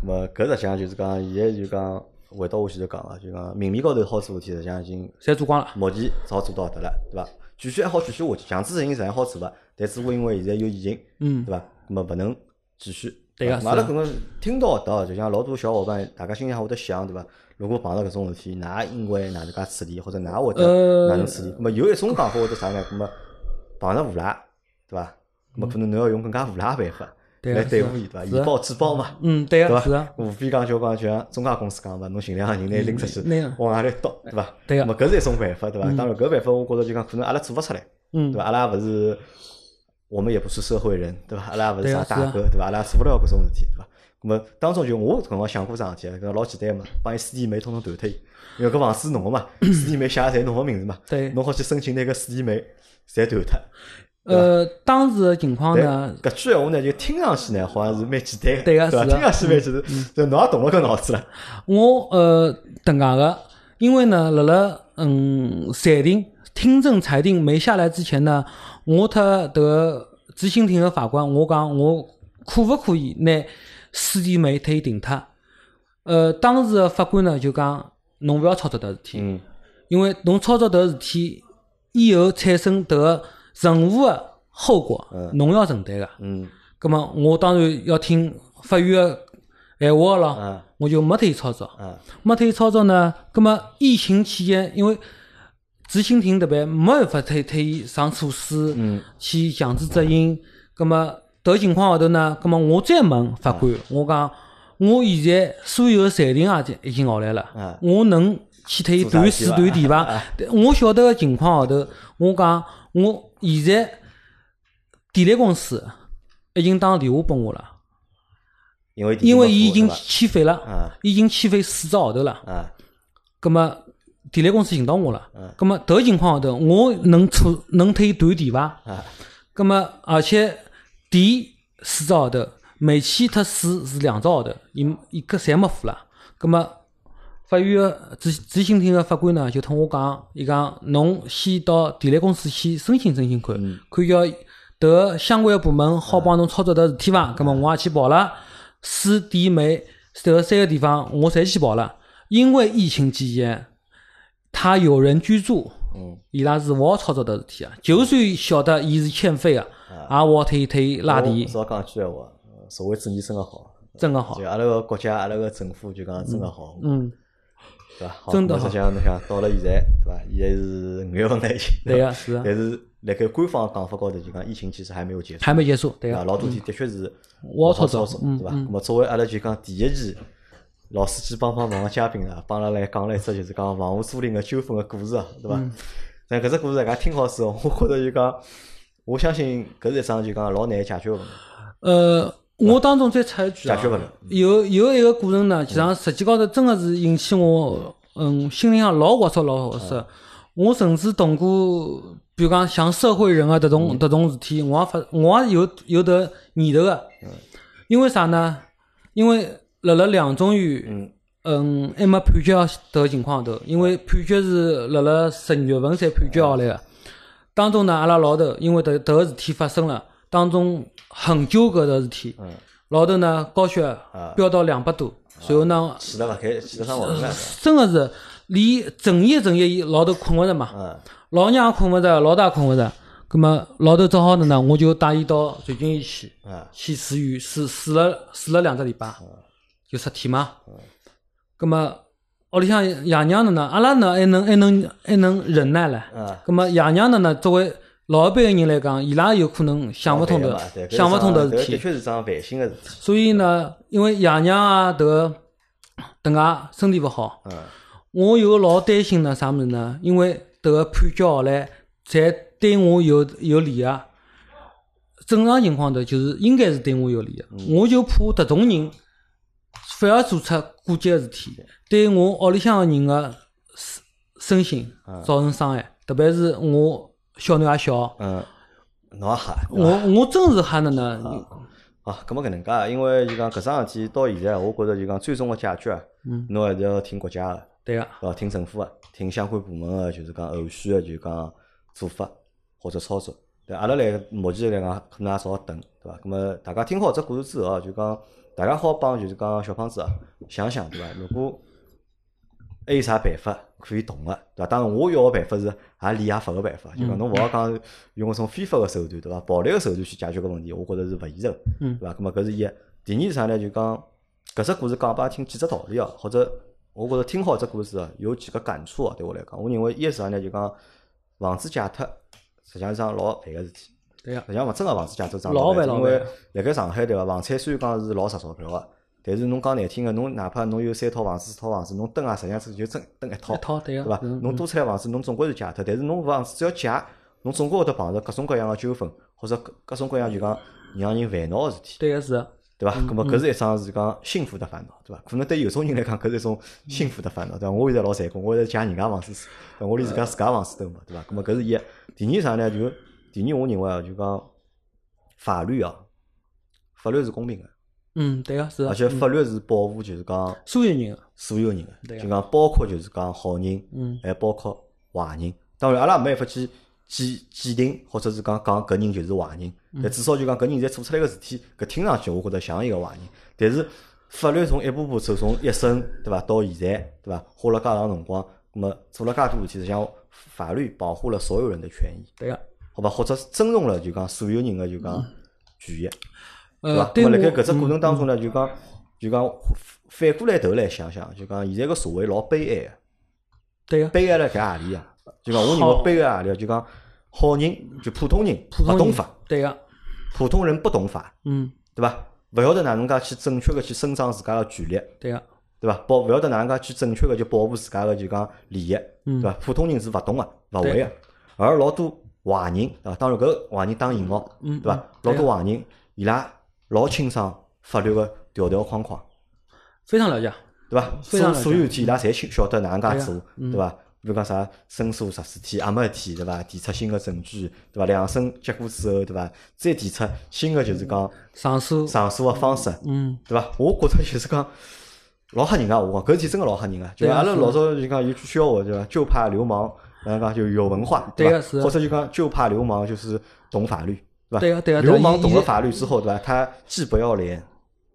[SPEAKER 1] 那么搿实际上就是讲，现在就讲回到我前头讲个，就讲明面高头好做事体，实际上已经
[SPEAKER 2] 侪做光了。
[SPEAKER 1] 目前早做到得了，对伐？继续还好继续下去，强制执行实际上好做伐？但只不过因为现在有疫情，
[SPEAKER 2] 嗯
[SPEAKER 1] 对伐？那么勿能继续。
[SPEAKER 2] 对个
[SPEAKER 1] 啊
[SPEAKER 2] 是
[SPEAKER 1] 阿拉
[SPEAKER 2] 的
[SPEAKER 1] 搿能听到搿搭，就像老多小伙伴，大家心里向会得想，对伐？如果碰到搿种事体，㑚应该哪能介处理，或者㑚会得
[SPEAKER 2] 呃
[SPEAKER 1] 哪能处理？那么有一种讲法会得啥呢？那么碰着无赖，对伐？那么可能侬要用更加无赖的办法
[SPEAKER 2] 对
[SPEAKER 1] 来
[SPEAKER 2] 个
[SPEAKER 1] 对
[SPEAKER 2] 是
[SPEAKER 1] 付
[SPEAKER 2] 的
[SPEAKER 1] 伊，对伐？
[SPEAKER 2] 是啊
[SPEAKER 1] 以
[SPEAKER 2] 的
[SPEAKER 1] 暴制暴嘛，
[SPEAKER 2] 嗯，对
[SPEAKER 1] 对
[SPEAKER 2] 个，是
[SPEAKER 1] 伐
[SPEAKER 2] 啊，？
[SPEAKER 1] 无非讲就讲就像中介公司讲嘛，侬尽量人拿拎出去
[SPEAKER 2] 那样，
[SPEAKER 1] 往外头倒，对伐？
[SPEAKER 2] 嗯对
[SPEAKER 1] 那
[SPEAKER 2] 个
[SPEAKER 1] 么搿是一种办法，对伐？当然搿办法我觉着就讲可能阿拉做勿出来，
[SPEAKER 2] 嗯
[SPEAKER 1] 对伐？阿拉勿是，我们也不是社会人，对伐？阿拉勿是
[SPEAKER 2] 对
[SPEAKER 1] 啥
[SPEAKER 2] 啊是
[SPEAKER 1] 大
[SPEAKER 2] 啊
[SPEAKER 1] 哥，对伐？阿拉做勿了搿种事体，对伐？那么当中就我搿辰光想过桩事体，搿老简单嘛，帮伊水弟妹统统断脱伊，因为搿房子是侬个
[SPEAKER 2] [COUGHS]
[SPEAKER 1] 嘛，水弟妹写的侪侬个名字嘛，
[SPEAKER 2] 对
[SPEAKER 1] 侬好去申请拿搿水弟妹侪断脱。
[SPEAKER 2] 呃，当时的情况呢，
[SPEAKER 1] 搿句闲话呢，就听上去呢，好像是蛮简单的，
[SPEAKER 2] 对
[SPEAKER 1] 伐？
[SPEAKER 2] 啊是啊
[SPEAKER 1] 听上去蛮简单，就侬也动了搿脑子了，
[SPEAKER 2] 我呃等下个，因为呢，辣辣嗯裁定听证裁定没下来之前呢，我特得执行庭的法官，我讲我可勿可以拿四弟妹推定脱？呃，当时的法官呢就讲，侬勿要操作搿事体，
[SPEAKER 1] 嗯
[SPEAKER 2] 因为侬操作搿事体以后产生得任何的后果，侬要承担个。
[SPEAKER 1] 嗯
[SPEAKER 2] 葛么我当然要听法院的闲话咯，
[SPEAKER 1] 啊
[SPEAKER 2] 我就没推操作。
[SPEAKER 1] 啊
[SPEAKER 2] 没推操作呢，葛么疫情期间，因为执行庭这边没办法推推伊上措施，
[SPEAKER 1] 嗯
[SPEAKER 2] 去强制执行。葛么迭情况下头呢，葛么我再问法
[SPEAKER 1] 嗯
[SPEAKER 2] 官，我讲我现在所有的裁定啊，已经下来了，
[SPEAKER 1] 嗯
[SPEAKER 2] 我能去推
[SPEAKER 1] 做啥
[SPEAKER 2] 断
[SPEAKER 1] 事
[SPEAKER 2] 是
[SPEAKER 1] 伐
[SPEAKER 2] 断地伐？ [LAUGHS] 我晓得个情况下头，我讲我现在电力公司已经打电话拨我了，
[SPEAKER 1] 因为
[SPEAKER 2] 因为伊已经
[SPEAKER 1] 对伐
[SPEAKER 2] 欠费了，
[SPEAKER 1] 啊
[SPEAKER 2] 已经欠费四只号头了。
[SPEAKER 1] 啊
[SPEAKER 2] 葛么电力公司寻到我了
[SPEAKER 1] 嗯，
[SPEAKER 2] 葛么迭情况下头，我能出能推断电伐？
[SPEAKER 1] 啊
[SPEAKER 2] 葛么而且电四只号头，煤气特水是两只号头，伊伊搿侪没付了。葛么法院的执执行庭的法官呢，就同我讲，伊讲侬先到电力公司先申请申请看
[SPEAKER 1] 嗯，
[SPEAKER 2] 看要得相关的部门好帮侬操作迭事体伐？葛么我也去报了，水电煤迭三个地方我侪去报了，因为疫情期间，他有人居住。
[SPEAKER 1] 嗯
[SPEAKER 2] 伊拉是勿好操作迭事体啊。就算晓得伊是欠费个，也勿好推伊推伊拉
[SPEAKER 1] 我
[SPEAKER 2] 低，
[SPEAKER 1] 少讲句闲话，呃社会主义真个好，
[SPEAKER 2] 真个好
[SPEAKER 1] 就。阿拉个国家、阿拉个政府就讲真个好，
[SPEAKER 2] 哦嗯，
[SPEAKER 1] 对伐？
[SPEAKER 2] 真的好
[SPEAKER 1] 实际上侬想到了现在，对伐？现在是五月份了已经，
[SPEAKER 2] 对
[SPEAKER 1] 伐
[SPEAKER 2] 个是啊个，
[SPEAKER 1] 但是辣盖官方讲法高头就讲疫情其实还没有结束，
[SPEAKER 2] 还没结束，对
[SPEAKER 1] 啊，
[SPEAKER 2] 个。
[SPEAKER 1] 老多天的确是
[SPEAKER 2] 我嗯
[SPEAKER 1] 操
[SPEAKER 2] 操
[SPEAKER 1] 作，
[SPEAKER 2] 作
[SPEAKER 1] 对伐？那么作为阿拉就讲第一期老司机帮帮忙的嘉宾啊，帮阿拉来讲了一只就是讲房屋租赁个纠纷个故事啊，对
[SPEAKER 2] 嗯
[SPEAKER 1] 伐？但搿只故事大家听好之后，我觉着就讲，我相信搿是一桩就讲老难解决个问题。
[SPEAKER 2] 呃，我当中再插一句啊
[SPEAKER 1] 解决勿了，
[SPEAKER 2] 有有一个过程呢，其实实际高头真个是引起我，嗯，心里向老划算老划算。我甚至动过，比如讲像社会人啊，迭种迭种事体，我也发，我也有有得念头个。因为啥呢？因为辣辣两中院，
[SPEAKER 1] 嗯
[SPEAKER 2] 嗯，还没判决的情况下头，因为判决是辣辣十二月份才判决下来个。当中呢，阿拉老头因为迭迭个事体发生了，当中很纠葛的事体，
[SPEAKER 1] 嗯，
[SPEAKER 2] 老头呢高血压飙到两百多，随后呢，
[SPEAKER 1] 起得勿开，起得上毛病了。
[SPEAKER 2] 真个是连整夜整夜伊老头困勿着嘛，
[SPEAKER 1] 嗯
[SPEAKER 2] 老娘也困勿着，老大也困勿着，葛么老头只好的呢，我就带伊到瑞军医去。
[SPEAKER 1] 嗯
[SPEAKER 2] 去住院，住住了住了两只礼拜，就十天嘛。葛么屋里向爷娘的呢，阿拉呢还能还能还能忍耐唻。
[SPEAKER 1] 嗯
[SPEAKER 2] 葛么爷娘的呢，作为老一辈的人来讲，伊拉有可能想勿通
[SPEAKER 1] 对
[SPEAKER 2] 的
[SPEAKER 1] 嘛对，搿
[SPEAKER 2] 想勿通
[SPEAKER 1] 的
[SPEAKER 2] 的事
[SPEAKER 1] 的
[SPEAKER 2] 体。
[SPEAKER 1] 确是桩烦心个事体。
[SPEAKER 2] 所以呢，因为爷娘啊，迭个等下身体勿好，
[SPEAKER 1] 嗯
[SPEAKER 2] 我有老担心呢，啥物事呢？因为迭个判决下来，侪对我有有利啊。正常情况头就是应该是对我有利的，
[SPEAKER 1] 嗯
[SPEAKER 2] 我就怕迭种人反而做出过激个事体，
[SPEAKER 1] 嗯
[SPEAKER 2] 对我屋里向个人个身身心
[SPEAKER 1] 嗯
[SPEAKER 2] 造成伤害，特别是我小囡也小，
[SPEAKER 1] 啊嗯，侬也吓，对伐啊
[SPEAKER 2] 我我真是吓得呢，
[SPEAKER 1] 好，咁么搿能介，啊因为就讲搿桩事体到现在，我觉着就讲最终个解决啊，
[SPEAKER 2] 嗯
[SPEAKER 1] 侬还是要听国家个，
[SPEAKER 2] 对个，
[SPEAKER 1] 对伐？呃听政府个，听相关部门个，就是讲后续个就讲做法或者操作。对，阿拉来目前来讲，可能也少等，对伐？咁么大家听好这故事之后啊，就讲大家好帮就是讲小胖子啊想想，对伐？如果还有啥办法可以动个、对伐？当然，我要个办法是也立也法个办法，就讲侬勿好讲用搿种非法个手段，对伐？暴力个手段去解决搿问题，我觉着是勿现实个，
[SPEAKER 2] 嗯
[SPEAKER 1] 对伐？咁么搿是一。第二是啥呢？就讲搿只故事讲拨听几只道理啊，或者我觉着听好这故事啊，有几个感触啊，对我来讲，我认为一是啥呢？就讲房子借脱，实际上是桩老烦个事体。
[SPEAKER 2] 对个，
[SPEAKER 1] 实际上，勿真个房子价值涨
[SPEAKER 2] 老
[SPEAKER 1] 了，
[SPEAKER 2] 烦
[SPEAKER 1] 因
[SPEAKER 2] 老
[SPEAKER 1] 为
[SPEAKER 2] 烦
[SPEAKER 1] 辣盖上海对伐？房产虽然讲是老值钞票个，但是侬讲难听个，侬哪怕侬有三套房子、四套房子，侬蹲啊，实际上就真蹲一套
[SPEAKER 2] 一，套对
[SPEAKER 1] 对
[SPEAKER 2] 个，
[SPEAKER 1] 伐？
[SPEAKER 2] 嗯
[SPEAKER 1] 侬多出来房子，侬总归是借脱，但是侬房子只要借，侬总归会得碰着各种各样个纠纷，或者各各种各样就讲让人烦恼个事体。
[SPEAKER 2] 对个是的，
[SPEAKER 1] 对伐？
[SPEAKER 2] 嗯
[SPEAKER 1] 咁么搿是一桩是讲幸福的烦恼，对伐？可能对有种人来讲，搿是一种幸福的烦恼，对伐？我现在老残酷，我现在借人家房子住，对伐我连自家自家房子都没，对伐？咁么搿是一。第二啥呢？就第二，我认为啊，就讲法律啊，法律是公平的，
[SPEAKER 2] 嗯对个是的，
[SPEAKER 1] 而且法律是保护就是讲
[SPEAKER 2] 所有人个，
[SPEAKER 1] 所有人的，
[SPEAKER 2] 对啊
[SPEAKER 1] 就讲包括就是讲好人，
[SPEAKER 2] 嗯
[SPEAKER 1] 还呃包括坏人。当然，阿拉没办法去既既定，或者是讲讲搿人就是坏人，
[SPEAKER 2] 嗯
[SPEAKER 1] 但至少就讲搿人现在做出来个事体，搿听上去我觉着像一个坏人。但是法律从一步步走，从一审对伐到现在对伐，花了介长辰光，那么做了介多事体，实际上法律保护了所有人的权益，
[SPEAKER 2] 对个，
[SPEAKER 1] 好吧？或者是尊重了就讲所有人的就讲权益。对
[SPEAKER 2] 嗯呃
[SPEAKER 1] 伐？，
[SPEAKER 2] 对
[SPEAKER 1] 那
[SPEAKER 2] 我
[SPEAKER 1] 么辣盖搿只过
[SPEAKER 2] 嗯
[SPEAKER 1] 程当中呢，就讲就讲反过来头来想想，就讲现在个社会老悲哀啊，
[SPEAKER 2] 对个，
[SPEAKER 1] 悲哀辣搿何里啊？就讲我认
[SPEAKER 2] 好
[SPEAKER 1] 为悲哀何里啊？就讲好人就普通人
[SPEAKER 2] 普
[SPEAKER 1] 勿
[SPEAKER 2] 通
[SPEAKER 1] 懂
[SPEAKER 2] 人
[SPEAKER 1] 法，
[SPEAKER 2] 对个，
[SPEAKER 1] 普通人不懂法，
[SPEAKER 2] 嗯
[SPEAKER 1] 对伐？勿晓得哪能介去正确个去伸张自家个权利，
[SPEAKER 2] 对个，
[SPEAKER 1] 对伐？保勿晓得哪能介去正确个去保护自家个就讲利益，对
[SPEAKER 2] 嗯
[SPEAKER 1] 伐？普通人是勿懂个，勿会
[SPEAKER 2] 对
[SPEAKER 1] 个，而老多坏人，对伐？当然搿坏人打引号，
[SPEAKER 2] 嗯
[SPEAKER 1] 对伐
[SPEAKER 2] 嗯？
[SPEAKER 1] 老
[SPEAKER 2] 对
[SPEAKER 1] 多坏人伊拉老清爽法律个条条框框。
[SPEAKER 2] 非常了解，
[SPEAKER 1] 对伐？
[SPEAKER 2] 非常
[SPEAKER 1] 所
[SPEAKER 2] 了解
[SPEAKER 1] 所有事体伊拉侪清晓得哪能介做，
[SPEAKER 2] 嗯
[SPEAKER 1] 对伐？比如讲啥申诉十四天，阿没一天，对伐？提出新个证据，对伐？两审结果之后，对伐？再提出新个就是讲
[SPEAKER 2] 上手，
[SPEAKER 1] 上诉个方式，
[SPEAKER 2] 嗯
[SPEAKER 1] 对伐？我觉着就是讲老吓人个，我讲搿事体真个老吓人个。就
[SPEAKER 2] 对啊
[SPEAKER 1] 阿拉
[SPEAKER 2] 是
[SPEAKER 1] 老早就讲有句笑话，对伐？就怕流氓，哪能讲就有文化，
[SPEAKER 2] 对
[SPEAKER 1] 伐
[SPEAKER 2] 啊是？啊
[SPEAKER 1] 或者就讲就怕流氓就是懂法律，对伐？
[SPEAKER 2] 对个对个，啊对
[SPEAKER 1] 流
[SPEAKER 2] 个
[SPEAKER 1] 氓
[SPEAKER 2] 现
[SPEAKER 1] 懂
[SPEAKER 2] 现
[SPEAKER 1] 了
[SPEAKER 2] 在
[SPEAKER 1] 法律之后，对吧？他既不要脸，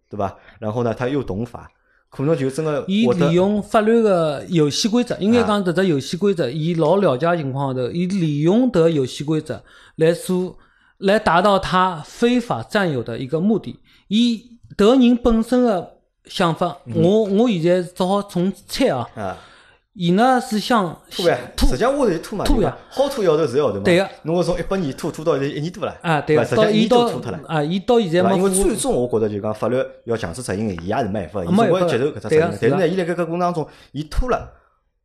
[SPEAKER 1] 对吧？然后呢，他又懂法，可能就真的
[SPEAKER 2] 伊
[SPEAKER 1] 我
[SPEAKER 2] 利
[SPEAKER 1] 的啊
[SPEAKER 2] 用法律个游戏规则，应该讲搿只游戏规则，伊老了解情况下头，伊利用迭游戏规则来做，来达到他非法占有的一个目的。伊迭人本身的想法，
[SPEAKER 1] 嗯
[SPEAKER 2] 我我现在只好从猜啊，
[SPEAKER 1] 啊
[SPEAKER 2] 伊呢是想
[SPEAKER 1] 吐呗，
[SPEAKER 2] 吐
[SPEAKER 1] 实际上我是吐嘛，
[SPEAKER 2] 吐
[SPEAKER 1] 对
[SPEAKER 2] 呀
[SPEAKER 1] 吧？好吐要头是要头嘛，
[SPEAKER 2] 对呀
[SPEAKER 1] 侬从一百年吐吐到现在一年多了，
[SPEAKER 2] 啊，对
[SPEAKER 1] 吧
[SPEAKER 2] 个，
[SPEAKER 1] 实际上
[SPEAKER 2] 到
[SPEAKER 1] 一
[SPEAKER 2] 伊
[SPEAKER 1] 年
[SPEAKER 2] 到
[SPEAKER 1] 多吐脱了。
[SPEAKER 2] 啊，伊到现
[SPEAKER 1] 对
[SPEAKER 2] 在
[SPEAKER 1] 吧？因
[SPEAKER 2] 没
[SPEAKER 1] 为
[SPEAKER 2] 付
[SPEAKER 1] 最终我觉得就讲法律要强制执行的，伊也是没办法，伊
[SPEAKER 2] 啊没
[SPEAKER 1] 总归
[SPEAKER 2] 办
[SPEAKER 1] 要
[SPEAKER 2] 法
[SPEAKER 1] 接受搿只责
[SPEAKER 2] 对呀
[SPEAKER 1] 任的。但是
[SPEAKER 2] 是
[SPEAKER 1] 呢，伊辣搿个过程当中，伊拖了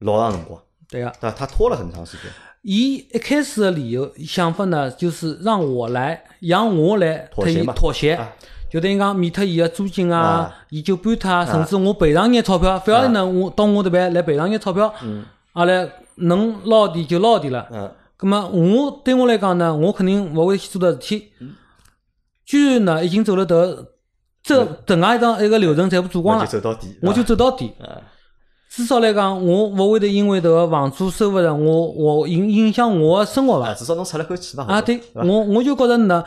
[SPEAKER 1] 老长辰光，
[SPEAKER 2] 对个，
[SPEAKER 1] 对吧？他拖了很长时间，
[SPEAKER 2] 伊一开始的理由想法呢，就是让我来，让我来
[SPEAKER 1] 妥
[SPEAKER 2] 对
[SPEAKER 1] 协
[SPEAKER 2] 伊
[SPEAKER 1] 嘛
[SPEAKER 2] 妥协
[SPEAKER 1] 啊，
[SPEAKER 2] 就等于讲免脱伊个租金
[SPEAKER 1] 啊
[SPEAKER 2] 啊，伊就搬脱啊，甚至我赔偿眼钞票，不要呢，我到我这边来赔偿眼钞票，阿拉能捞点就捞点了。
[SPEAKER 1] 嗯，
[SPEAKER 2] 咁么我对我来讲呢，我肯定勿会去做搿事体。
[SPEAKER 1] 嗯
[SPEAKER 2] 居然呢，已经走了迭这
[SPEAKER 1] 嗯
[SPEAKER 2] 整个一张一个流程全部做光
[SPEAKER 1] 那
[SPEAKER 2] 了
[SPEAKER 1] 就，走到底，
[SPEAKER 2] 我就
[SPEAKER 1] 对吧
[SPEAKER 2] 走到底。
[SPEAKER 1] 嗯
[SPEAKER 2] 至少来讲，我勿会得因为迭个房租收勿上，我我影影响我个生活
[SPEAKER 1] 啊，
[SPEAKER 2] 伐？
[SPEAKER 1] 至少侬出了口气嘛，
[SPEAKER 2] 啊，对，我我就觉着呢，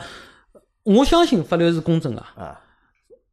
[SPEAKER 2] 我相信法律是公正个，
[SPEAKER 1] 啊，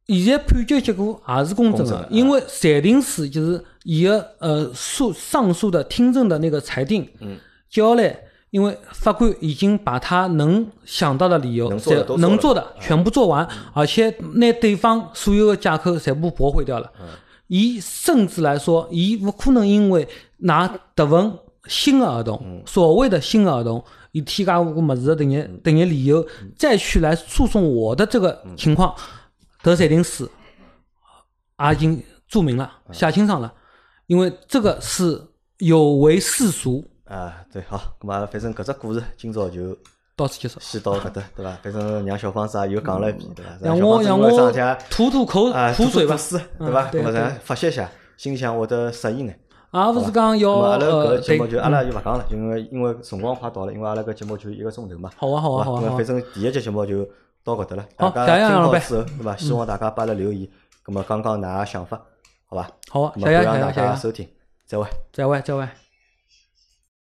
[SPEAKER 2] 现在判决结果也是公正
[SPEAKER 1] 公正的啊
[SPEAKER 2] 个，因为裁定书就是伊个呃诉上诉的听证的那个裁定，
[SPEAKER 1] 嗯，
[SPEAKER 2] 接下来因为法官已经把他能想到的理由
[SPEAKER 1] 能做的都做了嗯
[SPEAKER 2] 能做的全部做完，而且拿对方所有的借口全部驳回掉了。
[SPEAKER 1] 嗯
[SPEAKER 2] 伊甚至来说，伊勿可能因为拿迭份新的合
[SPEAKER 1] 嗯
[SPEAKER 2] 同，所谓的新的合同，伊添加我个物事的等眼等眼理由，
[SPEAKER 1] 嗯
[SPEAKER 2] 再去来诉讼我的这个情况，得裁定书也啊已经注明了，
[SPEAKER 1] 嗯
[SPEAKER 2] 写清爽了，因为这个是有违世俗。
[SPEAKER 1] 啊，对，好，咁啊，反正搿只故事今朝就
[SPEAKER 2] 到此结束。
[SPEAKER 1] 先到
[SPEAKER 2] [LAUGHS]
[SPEAKER 1] 搿搭，对伐？反正让小芳子啊也又讲了一
[SPEAKER 2] 嗯
[SPEAKER 1] 遍，对伐？
[SPEAKER 2] 让
[SPEAKER 1] 小
[SPEAKER 2] 我
[SPEAKER 1] 芳子
[SPEAKER 2] 让
[SPEAKER 1] 因为
[SPEAKER 2] 我
[SPEAKER 1] 上家
[SPEAKER 2] 吐吐口
[SPEAKER 1] 啊
[SPEAKER 2] 苦水吧
[SPEAKER 1] 吧，，对
[SPEAKER 2] 嗯
[SPEAKER 1] 伐？
[SPEAKER 2] 对
[SPEAKER 1] 咾么
[SPEAKER 2] 对
[SPEAKER 1] 咱发泄一下，心里向会得适应眼。
[SPEAKER 2] 也啊勿是讲要
[SPEAKER 1] 咾么阿拉搿
[SPEAKER 2] 呃
[SPEAKER 1] 个节
[SPEAKER 2] 对
[SPEAKER 1] 目，就阿拉就勿讲了，因为因为辰光快到了，因为阿拉搿节目就一个钟头嘛。
[SPEAKER 2] 好啊好啊
[SPEAKER 1] 好
[SPEAKER 2] 好
[SPEAKER 1] 吧咾么
[SPEAKER 2] 啊好啊
[SPEAKER 1] 反正第一节节目就到搿搭了。
[SPEAKER 2] 好
[SPEAKER 1] 大
[SPEAKER 2] 谢谢啊
[SPEAKER 1] 家听
[SPEAKER 2] 杨老
[SPEAKER 1] 好
[SPEAKER 2] 板
[SPEAKER 1] 之后，对伐？希望大家拨阿拉留言，葛末讲讲㑚个想法，好伐？
[SPEAKER 2] 好啊，
[SPEAKER 1] 葛
[SPEAKER 2] 谢
[SPEAKER 1] 末
[SPEAKER 2] 谢
[SPEAKER 1] 感谢
[SPEAKER 2] 谢谢啊
[SPEAKER 1] 大家
[SPEAKER 2] 谢谢，
[SPEAKER 1] 收听，再会。
[SPEAKER 2] 再会再会。